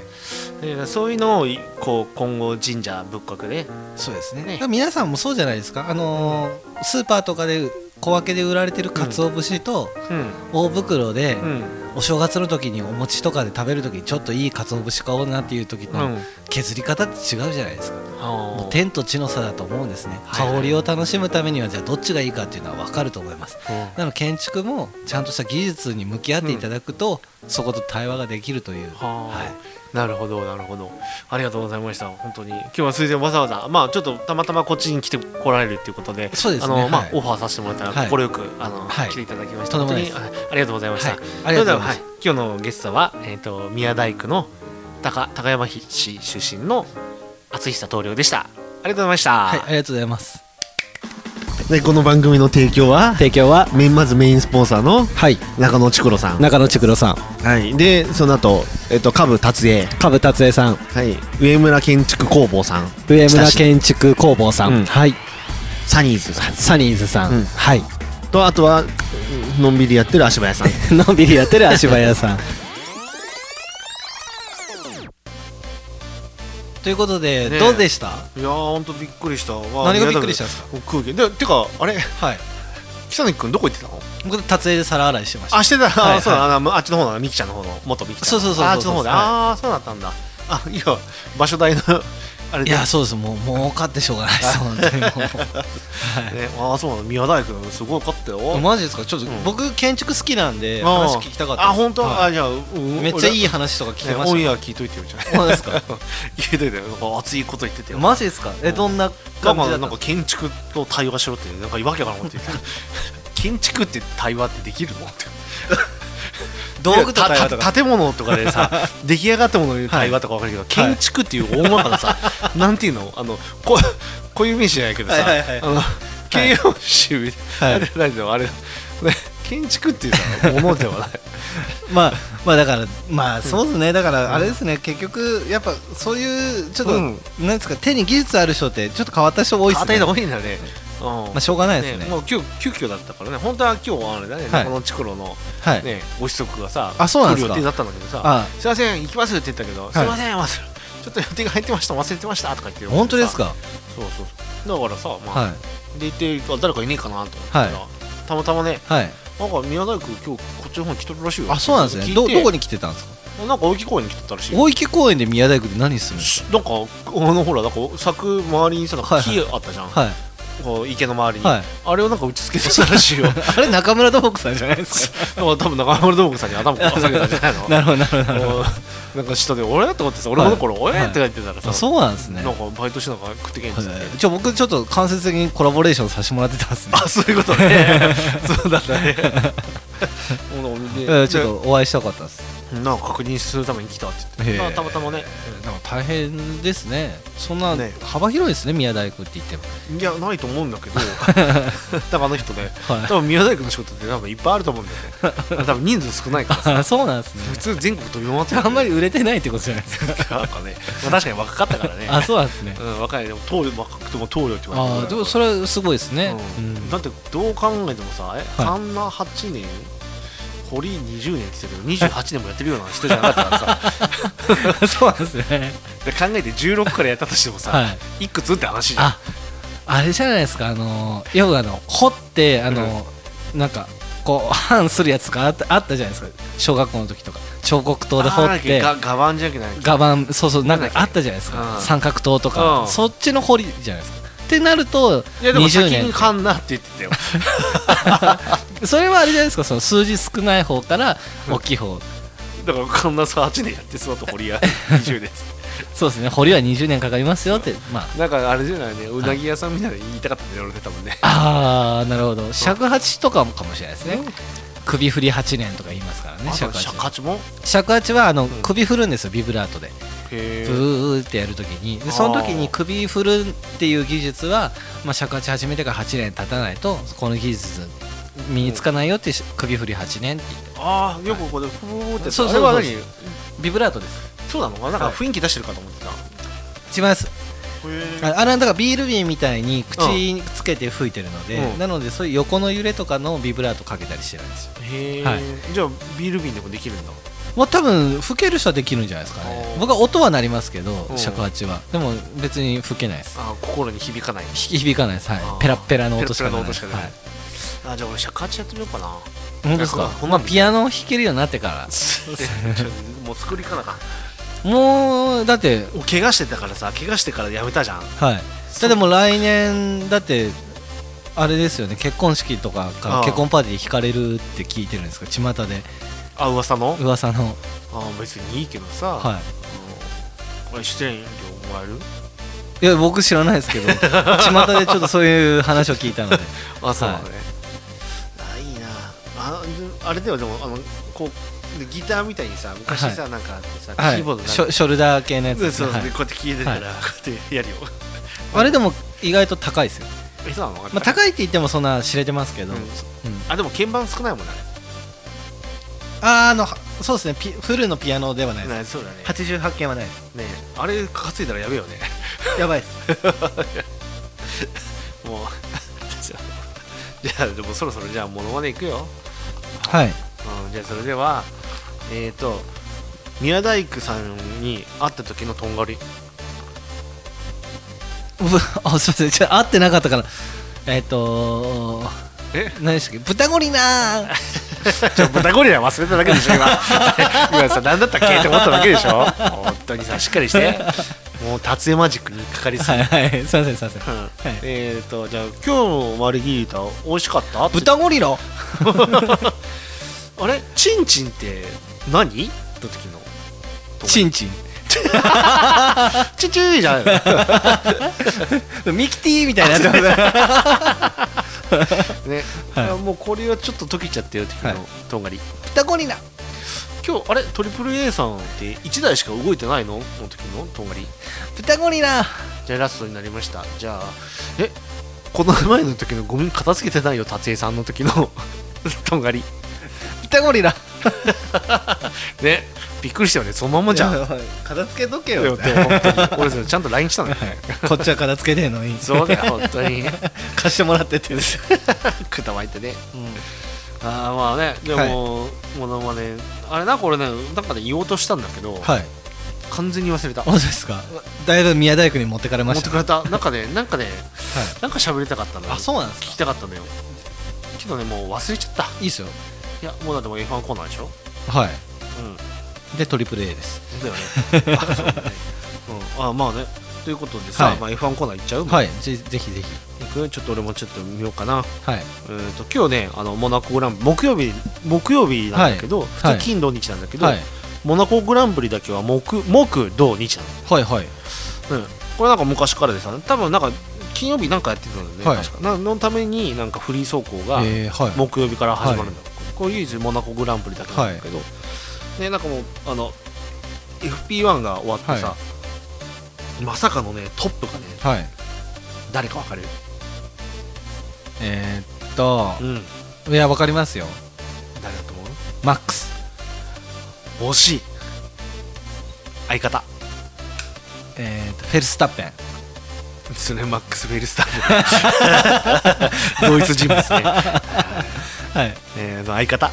でそういうのをいこう今後神社仏閣で
そうですね
ね
だから皆さんもそうじゃないですかあのースーパーとかで小分けで売られてる鰹節と
うん
大袋で、
うん
お正月の時にお餅とかで食べる時にちょっといい鰹節買おうなっていう時
うん
の削り方って違うじゃないですか、
あ
も
ー
う天と地の差だと思うんですね、
はいは
香
い
りを楽しむためにはじゃあどっちがいいかっていうのは分かると思います
うん
なので建築もちゃんとした技術に向き合っていただくと、そこと対話ができるという、
はあ
はい
なるほどなるほどありがとうございました本当に今日は水前わざわざまあちょっとたまたまこっちに来て来られるっていうことで
そうですね
あの、ま
は
あ
い
オファーさせてもらったら
はい
快く、あの、
はい
来ていただきまし
と
た
んで
本
も
当
ない
に
です
あありがとうございました、
はいありがとうございます
それでははい、今日のゲストはえっ、と宮大工の高高山市出身の厚久棟梁でしたありがとうございました、
はい、ありがとうございます
でこの番組の提供は
提供は
メインまずメインスポンサーの
はい
中野ちくろさん、
中野ちくろさん
はい、でその後、えっと下部達也、
株達也さん
はい、上村建築工房さん
上村建築工房さん、
うん
はい
サニーズさん
サニーズさん、
うん
はい
とあとはのんびりやってる足 早さん
のんびりやってる足早さん
ということで、
ねえ
どうでした
いやーほんとびっくりしたわ
何がびっくりしたんですか
宮大工空気でてかあれ
はい
北野君どこ行ってたの
僕達成で皿洗いしてました
あして
はい
た、
は
あ
い
そうだあのあっちの方なのみきちゃんの方の元みきちゃん
そうそうそうそう
ああっちの方で、
はい
ああそうだったんだあいや場所代の あれ
い
で
やそうですもう儲かってしょうがないです本当にもうはい
ねああそうなの宮大工すごい勝ったよ
マジですかちょっと、
うん
僕建築好きなんで
あー
話聞きたかったです
あ本当、
は
あじゃあ、うん
いめっちゃいい
俺
話とか聞け
ね
ま
オン
し
エア聞いといてよじゃ
たそうですか
あ 聞いといてよなんか熱いこと言っててよ
マジですかえどんな
まあ
感
ま
じだ
あ
っ
な
た
んか建築と対話しろってなんかわけわからんこと言ってる 建築って対話ってできるのって
道具とかと
たた
か
建物とか でさ出来上がったものの対話とかわかるけど、建築っていう大まかなさ、なんていうのあのここういう名詞じゃないけどさ、
はいはいはい
あの形容詞みたいな、あれなんだろうあれ、ね、建築っていうさものではない
まあまあだからまあそうですねだからあれですね結局やっぱそういうちょっと、
うん
なんですか手に技術ある人ってちょっと変わった人多いです
硬い
ね
の
ま
多いんだね、うん
あしょうがないですね
ねもう急急遽だったからね本当は今日はあれだね、
はい
中野チクロの、
はい、
ね、ご子息がさ
あそうなんです
来る
か
予定だったんだけどさ
あ
すいません行きますって言ったけど、
い
すいません忘れ ちょっと予定が入ってました忘れてましたとか言って
本当です
か
か
そうそうそうだからさ、まあ
はい
でいてあ誰かいねえかなと思ったら、
は
たまたまね
はい
なんか宮大工今日こっちの方に来とるらしいよ
あそうなんです
聞
ね
い
ど
て
どこに来てたんですか
なんか大木公園に来とったらしいよ
大池公園で宮大工で何するんです
しなんかあのほらなんか柵周りにさなんか木あったじゃん、
かはい
こう池の周りに、
はい
あれをなんか打ち付けてたらしいよだか
あれ中村智子さんじゃない ですから
多分中丸道具さんに頭こう下げたんじゃない の
なるほどなるほどなるほ
もうなんか下で俺と思ってさ俺の頃
はい
俺って言ってたらさ、
どそうなんですね
なんかバイトしてなんか食ってけんっつって、
はいちょ僕ちょっと間接的にコラボレーションさせてもらってたんですね
あそういうこと ねそうだったねもうで
えーちょっとお会いしたかったです
なんか確認するために来たって言って
へえ
まあたまたまね
なんか大変ですねそんな
ね
幅広いですね宮大工って言っても
いやないと思うんだ けど多分あの人ね
はい
多分宮大工の仕事って多分いっぱいあると思うんだ よね多分人数少ないから さ
あそうなんです
普
ね
通全国飛び回って
あんま
り
り売れてないってことじゃないですか
なんかね、まあ、確かに若かったからね
あそうなんですね
うん、若いでも棟梁若くても棟梁って言われて
あ
る
ーでもそれはすごいですねう
う
ん
んだってどう考えてもさえカンナ8年堀20年って言ってたけど28年もやってるような人じゃなかったから さ
そうなんですね
で考えて16からやったとしてもさ、
はい
いくつって話じゃん
ああれじゃないですかあのーよくあの掘ってあのーなんかこう反するやつがあったあったじゃないですか小学校の時とか彫刻刀で掘
あ
っ
ー
て
なんかが我板じゃなくて
画板そうそうなんか
なんだっけ
あったじゃないです
う
か
ん
三角刀とか、
うん
そっちの掘りじゃないですかってなると
いやでも
20
先
年
にかんなって言ってたよ
それはあれじゃないですかその数字少ない方から大きい方
だからかんなさ8年やってそうだと堀屋20年っつっ
そうですね掘りは20年かかりますよってまあ
てなんかあれじゃないねうなぎ屋さんみたいなの言いたかったんだよ俺ね多分ね
あーなるほど尺八とかもかもしれないですね首振り8年とか言いますからね
あ
尺
尺
八
八も
尺八はあの首振るんですよビブラートで
へ
ブ
え
ーってやるときにでその時に首振るっていう技術は、まあ、尺八始めてから8年経たないとこの技術身につかないよってし首振り8年って言って
ああよくここでふーって
そうそうそう
あれは何
ビブラートです
そうなのなんか
はい
雰囲気出してるかと思ってた
違いますああれはだからビール瓶みたいに口につけて吹いてるので、
うん
なのでそういう横の揺れとかのビブラートかけたりしてるんですよ
へえ、
はい
じゃあビール瓶でもできるんだ
まあ多分吹ける人はできるんじゃないですかね
おー
僕は音は鳴りますけど
うん
尺八はでも別に吹けないです
あ心に響かない
ひ響かないですは
あー
いペラッペラの音しか出ない
ペラッペラの音しか出ない
はい
あじゃあ俺尺八やってみようかな
本当ですか
ほん
ま
ま
あピアノを弾けるようになってから
ちょもう作りかなか
もうだって
もう怪我してたからさ怪我してからやめたじゃん
はいだってもう来年だってあれですよね結婚式とかか
あ
ら
ー
結婚パーティー弾かれるって聞いてるんですか巷で
あ噂の
噂の
あ別にいいけどさ、
はい
うんこれ出演料もらえる
いや僕知らないです けど巷でちょっとそういう話を聞いたので
あ
そうだね
い、あいいなああれではでもあのこうでギターみたいにさ昔さ、なんかあってさ、
はい
キーボードなんか
ショショルダー系のやつ
そう
です
そ
ね
う、
はい
でこうやって聴いてたら、
は
こうやってやるよ
あれでも意外と高いですよ、
えそうなの、
まあ、
い、
高いって言ってもそんな知れてますけど、
うん
うん
あでも鍵盤少ないもんね
あーあのはそうですねピフルのピアノではないです
ねそうだね
88件はないです
ねあれ担いだらやべえよね
やばいです
もう じゃあじゃあでもそろそろじゃあモノマネいくよ
はい
うん、じゃあそれではえっ、ー、と宮大工さんに会った時のとんがり
うわ あすいませんちょ合ってなかったからえっ、と
え
何でしたっけ豚ゴリ ラー
ちょ豚ゴリラ忘れただけでしょ今 今さ何だったっけって思っただけでしょ本当にさしっかりして もう達也マジックにかかりす
は
ぎ、
いはいすいませんすいません
うん
はい
えっ、ー、とじゃあ今日の割り切りと美味しかった
豚ゴリラ
あれチンチンって何の時の
チンチン
チンチンじゃん
ミキティみたいに なってます
ね、
はい
あもうこれはちょっと溶けちゃってる時
はい
のとんがり
豚ゴリラ
今日あれトリプル a さんって1台しか動いてないのの時のとんがり
豚ゴリラ
じゃあラストになりましたじゃあえこの前の時のゴミ片付けてないよ達江さんの時の とんがり
豚ゴリラ
ねびっくりしたよねそのまん まじゃん
いやおい片付けとけ
だよ
よ
って本当に俺それちゃんと LINE したのよ
こっちは片付けてんのに
そうだよ本当に
貸してもらってて
くたばいてね、ああまあねでも、ものまねあれなんか俺ねなんかで言おうとしたんだけど、
はい
完全に忘れた
本当ですかだいぶ宮大工に持ってかれま
持
し
って
た
くれたなんかねなんかね、なんか喋りたかったのよ
あそうなんです
聞
か
きたかったのよけどねもう忘れちゃった
いいっすよ
いやもうだってもう F1 コーナーでしょ
は
うん
いでトリプル A です
だ よねあそうだねうんあまあねということでさ、
はい
まあ、F1 コーナー行っちゃう、
はいぜぜひぜひ
行くちょっと俺もちょっと見ようかな
はい
えーと今日ねあのモナコグランプリ木曜日木曜日なんだけど、普
はい
通金土日なんだけど、
はい
モナコグランプリだけは木木土日な
はいはい
の、うん、これなんか昔からでさ多分なんか金曜日なんかやってたんだよね、
はい
確かなのためになんかフリー走行が、
えーはい
木曜日から始まるんだ、これ唯一モナコグランプリだけなんだけど、ねなんかもうあの FP1 が終わってさ、
は
まさかのねトップが
は
ね
い
誰か分かる、
えーっと
ん、
いやわかりますよ
誰だと思
マックス
う惜しい相方
えーっとフェルスタッペン
それマックス・フェルスタッフドイツ人物ね、
はい
えー、その相方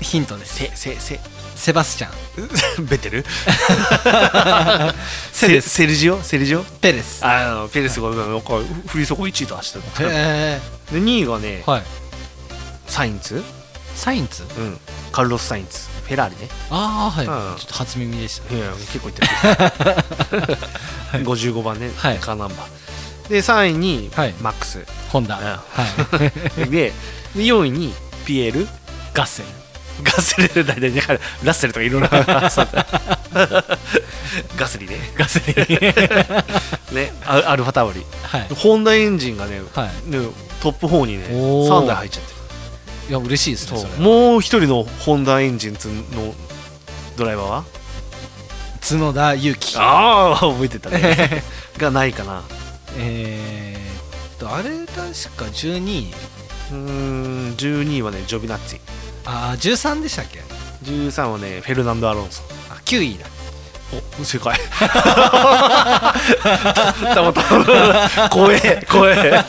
ヒントです
せせせ
セバスチャン
ベテ ル
セ
セ
で
セルジオセルジオ
ペレス
あのペレスが今なんかフリーそこ1位と走ってたで
へ
2位がね、
ーはい
サインツ、
サインツ
うん、カルロス・サインツフェラーリね
ああ
う
は
ん
いちょっと初耳でした
いや結構いって る、55番ね、
はい
カーナンバーで3位に
はい
マックス、
ホンダ
うん
はい
で4位にピエール
ガッセル
ガッセル大体だからラッセルとかい ろいろガスリね
ガッセル
ねアアルファタオリ
はい
ホンダエンジンがね、
は
ねトップ4にね
おー
3台入っちゃってる
いいや嬉しいですねそれ
もう一人のホンダエンジンつのドライバーは
角田裕樹
ああ覚えてたね がないかな
えーっとあれ確か12位
うーん12位はねジョビナッツィ
ああ13でしたっけ
13はねフェルナンド・アロンソ
あ9位だ
お正解たまたま怖え怖え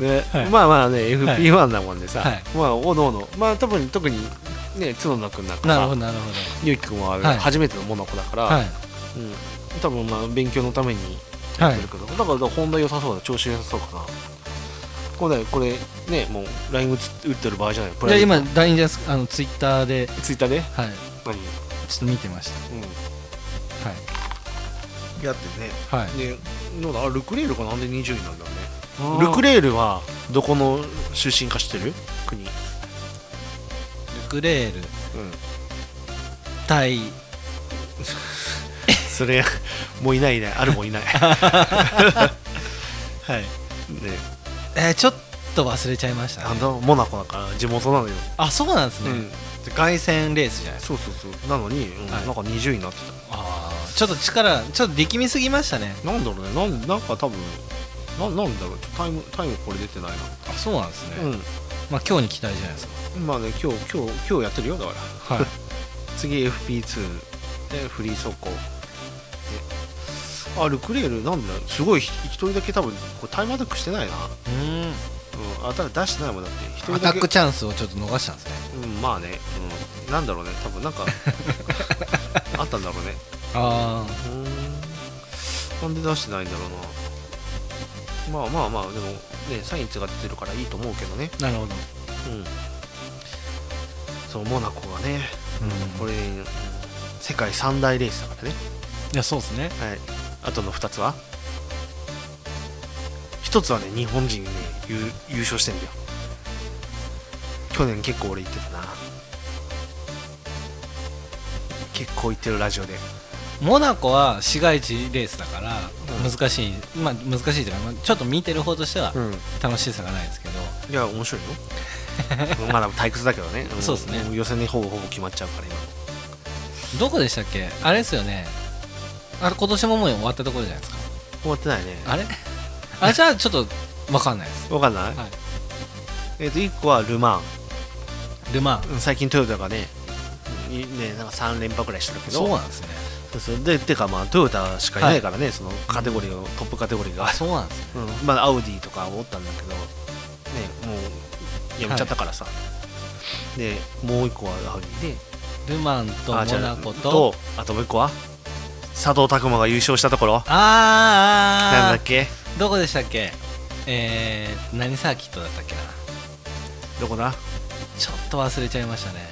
ね
はい
まあまあね FP1 なもんでさ、
はい
まあおのおのまあ多分特にね角田君なんか
なるほど
さ
なるほ
ゆうきくんは
はい
初めてのモナコだから、
どはい
うん、多分まあ勉強のためにや
は
っ
い
てるけど、だから本題良さそうだ調子良さそうかなこれねこれねもう LINE 打つ打ってる場合じゃないプ
じゃあ今
今
LINE じゃないですかあのツイッターで
ツイッターで
はい
何、うん、
ちょっと見てましたはい
やってね
はい
でなんだあルクレールがなんで20位なんだろうね
ル
ルクレールはどこの出身か知ってる国、うん、
クレール対
それ もういないねあるもい ないはいね
えー、ちょっと忘れちゃいました
あ
ね
のモナコだから地元なのよ、
あそうなんですね、凱旋レースじゃないですか
そうそうそうなのに、うん
はい
なんか20位になって
あーちょっと力ちょっと力みすぎましたね
たなんだろうねなんなんか多分ななんだろうタイムタイムこれ出てない
あそうなんですね、
な、
まあ今日に期待じゃないです
うんまあね今日今日今日やってるよだから
かはい
次 FP2 でフリー走行であルクレールなんだすごいひ一人だけ多分これタイムアタックしてないな、
うん
うん、あた出してないもんだって一人
アタ
だ
ッ
け
クチャンスをちょっと逃したんですね
うん、まあね、うん、なんだろうね多分 なんかあったんだろうね
ああ
うーんなんで出してないんだろうなまあまあまあでもねサインツが出てるからいいと思うけどね
なるほど
うんそうモナコがね、
うん
これうん世界三大レースだからね
いやそうですね
はい、あとの2つは1つはね日本人ね優優勝してんだよ去年結構俺言ってたな結構言ってるラジオで
モナコは市街地レースだから
うん
難しい、まあ難しいというかまあちょっと見てる方としては
ん
楽しさがないですけど、
いや面白いよ まだ退屈だけど ねん
そうですね
も予選でほぼほぼ決まっちゃうから今
どこでしたっけあれですよねあれ今年ももう終わったところじゃないですか
終わってないね
あれ あじゃあちょっと分かんないです
わかんない、
はい
えっ、と1個はル・マ
でまあ
ンうん最近トヨタがねいねなんか3連覇ぐらいしてるけど
そうなんですね
そうそうでてかまあトヨタしかいないからね、そのカテゴリーを、トップカテゴリ ーが
あ、そうなんですね
うん、まあアウディとかおったんだけどねもうやめちゃったからさ、でもう一個はアウディで
ルマンとモ
あじゃあ
ナコと
あともう一個は佐藤拓磨が優勝したところなん
あーあ
だっけ
ーどこでしたっけえー、何サーキットだったっけな
どこだい
ちょっと忘れちゃいましたね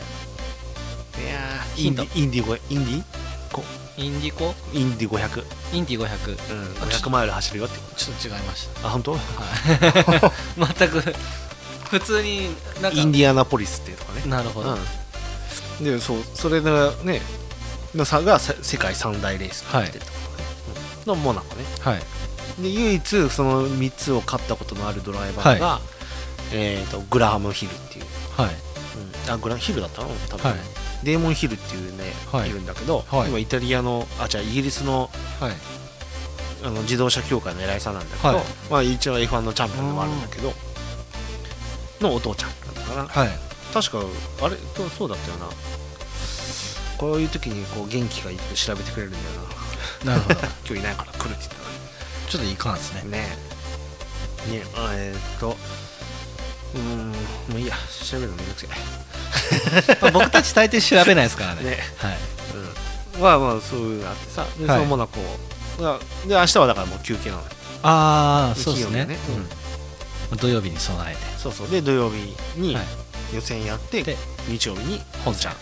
やー
ヒ
イン
ント
ディインディ5インディこ
インディコ
インディ500、
インディ500
うん、500マイル走るよって
ちょっと違いまし
あ本当
たはい 全く普通になんか
インディアナポリスっていうとかね
なるほど、
うん、でそうそれがねの差がさ世界三大レースになってるところね、うんのモナコね
はい
で唯一その3つを勝ったことのあるドライバーが、えー、とグラハム・ヒルっていう、
はい
うんあグラヒルだったの多分、
はい
デーモン・ヒルっていうね、
はい
い、るんだけど、
はい
今イタリアのあじゃあイギリスの
はい
あの自動車協会の偉いさんなんだけど、
はい
まあ、一応 F1 のチャンピオンでもあるんだけどのお父ちゃんだったかな
はい
確かあれそうそうだったよなこういう時にこう元気がいいって調べてくれるんだよな
なるほど
今日いないから来るって言った
ちょっといかんですね
のにねえねえあえーっとうーんもういいや調べるのめんどくせ
まあ僕たち大抵調べないですから
え
ね
ね
はい
え、うん、まあまあそういうのあってさでそ
はい
のモナコがで明日はだからもう休憩なのよ
ああそうですね
金曜日ね
土曜日に備えて
そうそうで土曜日に
はい
予選やって、
で
日曜日に
本ちゃん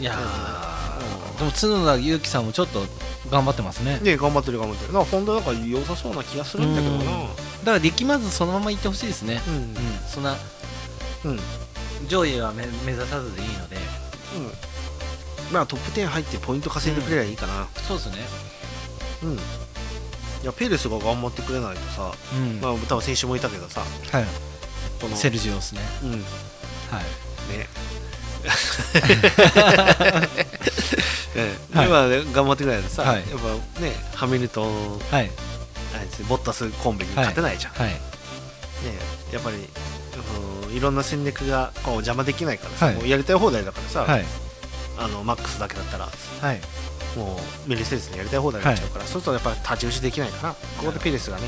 いや
う
ー
ん
でも角田裕樹さんもちょっと頑張ってますね
で頑張ってる頑張ってるなんか本当なんか良さそうな気がするんだけどな
だから力まずそのまま行ってほしいですね
うん
うんそんな
うん
上位は目目指さずでいいので
うん、まあトップ10入ってポイント稼いでくれりゃいいかな、
そうですね
うんいやペレスが頑張ってくれないとさ、
うん
まあ多分先週もいたけどさ
はい
この
セルジオですね
うんね
はい
ええ
はい
今ね頑張ってくれないとさ、
はい
やっぱねハミルト
は
ン
い
あいつボッタスコンビに勝てないじゃん、
はい
ねえやっぱりうんいろんな戦略がこう邪魔できないからさ、
はい
もうやりたい放題だからさ、
はい
あのマックスだけだったら
はい
もうメルセデスのやりたい放題になっちゃうから、そうするとやっぱ太刀打ちできないかなここでペレスがね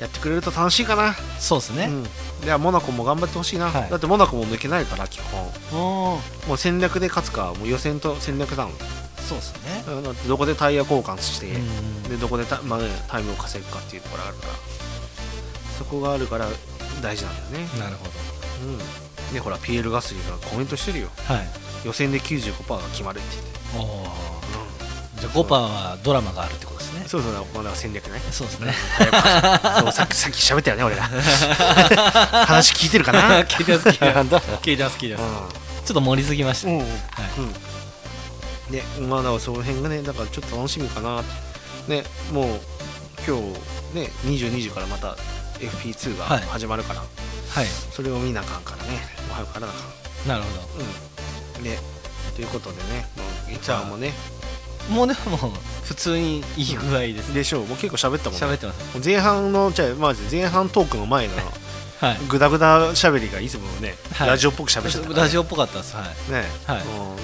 やってくれると楽しいかな、
そうですね、
うん、ではモナコも頑張ってほしいな、
はい
だってモナコも抜けないから基本
おー
もう戦略で勝つかもう予選と戦略なの
そうですね
うんだってどこでタイヤ交換して、
うん
でどこでタ,、まあね、タイムを稼ぐかっていうところがあるからそこがあるから大事なんだよね、
なるほど
うん、でほらピエール・ガスリーがコメントしてるよ
はい
予選で95%が決まるって言って
おおじゃあ5%はドラマがあるってことですね
そうそうだまだ戦略ね
そうですね
そうさっきさっき喋ったよね俺ら 話聞いてるか な
聞いてます聞いてます聞いてます聞いてますちょっと盛りすぎました
う
ね
んうんねまあだからその辺がねだからちょっと楽しみかなねもう今日ね22時からまた FP2 が
はい
始まるから、
はい
それを見なあかんからねおはようからなあかん
なるほ
うんねということでねもうギターもね
どもうでも普通にいい具合ですね
でしょうもう結構喋ったもんね
喋ってます
もう前半のじゃあまず前半トークの前の
はい
グダグダ喋りがいつもね、
はい
ラジオっぽく喋っちゃったからね
ラジオっぽかったですはい
ね、
はい
う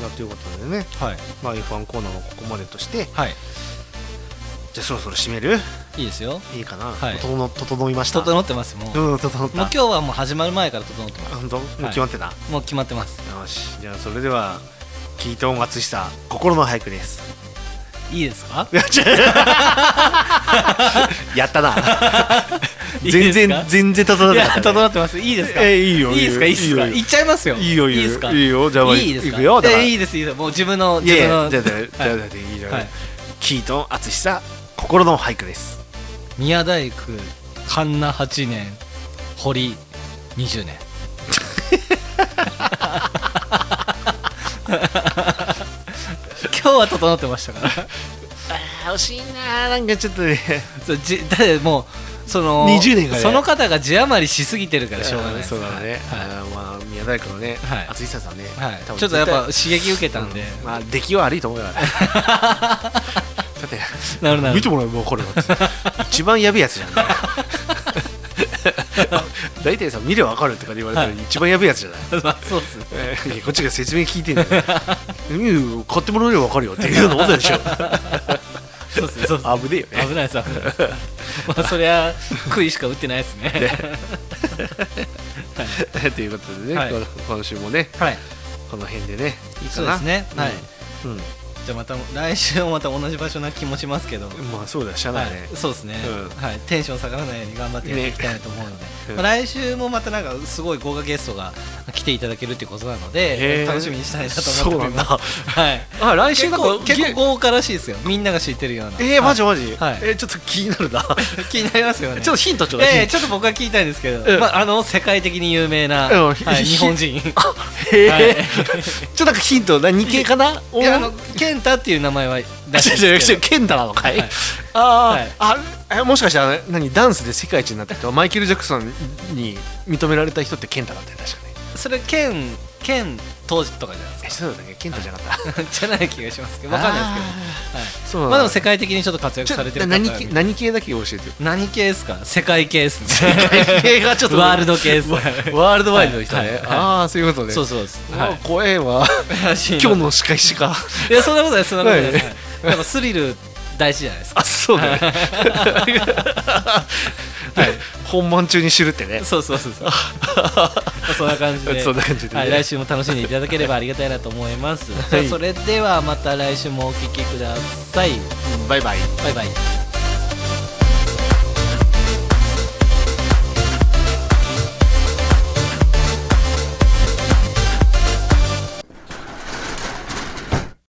ん、ということでね、
はい
まあ、F1 コーナーもここまでとして
はい
じゃあそろそろ締める
いいですよ
いいかな、
はい
整整いました
整ってますもうもう
うん整った
今日はもう始まる前から整ってま
本当もう決まってた、
すもう決まってます
よしじゃあそれでは聞いてお待ちした心の俳句です
いいですか
やったな
いい
全
です
然
か
全然整っ
い
てな
や
かったね
整ってますいいですか
え
い
いいよ
いですかいいですか
よ
いっちゃいますよ
いいよいいよ
ですか
いいよじゃあ
いいですか
いくよだから
えいいですいいですもう自分の
いや
自
い
分
や
の
じゃあじゃあじゃあ
はい
じゃあじゃあいいじゃん
はい
キートン淳さ心の俳句です
宮大工神奈8年堀20年 今日は整ってましたから
惜しいななんかちょっとね
そうじだってもうその
20年がね
その方が字余りしすぎてるから しょうがないです
そうだね、
はい
あーまあ宮大工のね
はい
淳久さんね、
はい
多分
ちょっとやっぱ刺激受けたんで、
絶対まあ出来は悪いと思うよあ れだって
なるな
見
る
てもらえば分かるよ一番やべえやつじ ゃん、ね、大体さ見れば分かるとかで言われたら一番やべえやつじゃない
まあそうっすね
えーいやこっちが説明聞いてんだようん買ってもらえれば分かるよっていうようなもん でしょ
そうっすねそうっすね
危ねえよね
危ないです危ないですまあそりゃ悔いしか打ってないですね
ということでね、
はい
この今週もね
はい
この辺でねいいか
そうで
な
すねはい、
うん
じゃあまた来週もまた同じ場所な気もしますけど、
まあそうだしゃあ
は
ないね、
い、そうですね、
うん
はい、テンション下がらないように頑張ってやっていきたいなと思うので、
うん
まあ来週もまたなんかすごい豪華ゲストが来ていただけるってことなの
へ
で
ー
楽しみにしたいなと思っております
そうなんだ
はい、
あ来
結
週なん
構
か
結
げ
構豪華らしいですよみんなが知ってるような
えー、マジマジ、
はい
えーちょっと気になるな
はい気になりますよね
ちょっとヒントちょうだい、
ええちょっと僕は聞いたいんですけど、
うん
まあ、あの世界的に有名な、
うん
はい、
ひ
日本人
へえ、
はい
ちょっとなんかヒント何系かない
やあ
お
の健太っていう名前は出して
違う違う違うケンダなのかい、
はい
あ
はい
ー、ああえもしかしたら何ダンスで世界一になった 人はマイケル・ジャクソンに認められた人ってケンタだったよ確かね
それ健健当時とかじゃないですか
えそうだねケンタじゃなかった、
じゃない気がしますけど、わかんないですけ
そう
ど、はい、
な
ま
んだ
あでも世界的にちょっと活躍
ちょ
されてる方
何
は
系何系だけ教えてよ
何系ですか？世界系ですね。
系がちょっと
ワールド系です。
ワールドワイドの人ね、
はいはい
ああそういうことね
そうそうです。
あ
は
ー怖えわ
い。
今日の仕返しか
いやそんなことないそんなことないです。は
は
いやっぱスリル大事じゃないですか。
あそうだね 本番中に知るってね
そうそうそうそう。 まあ そんな感じで。
そんな感じでね
はい、来週も楽しんでいただければありがたいなと思います。じゃあそれではまた来週もお聞きください。
バイバイ
バイバイ。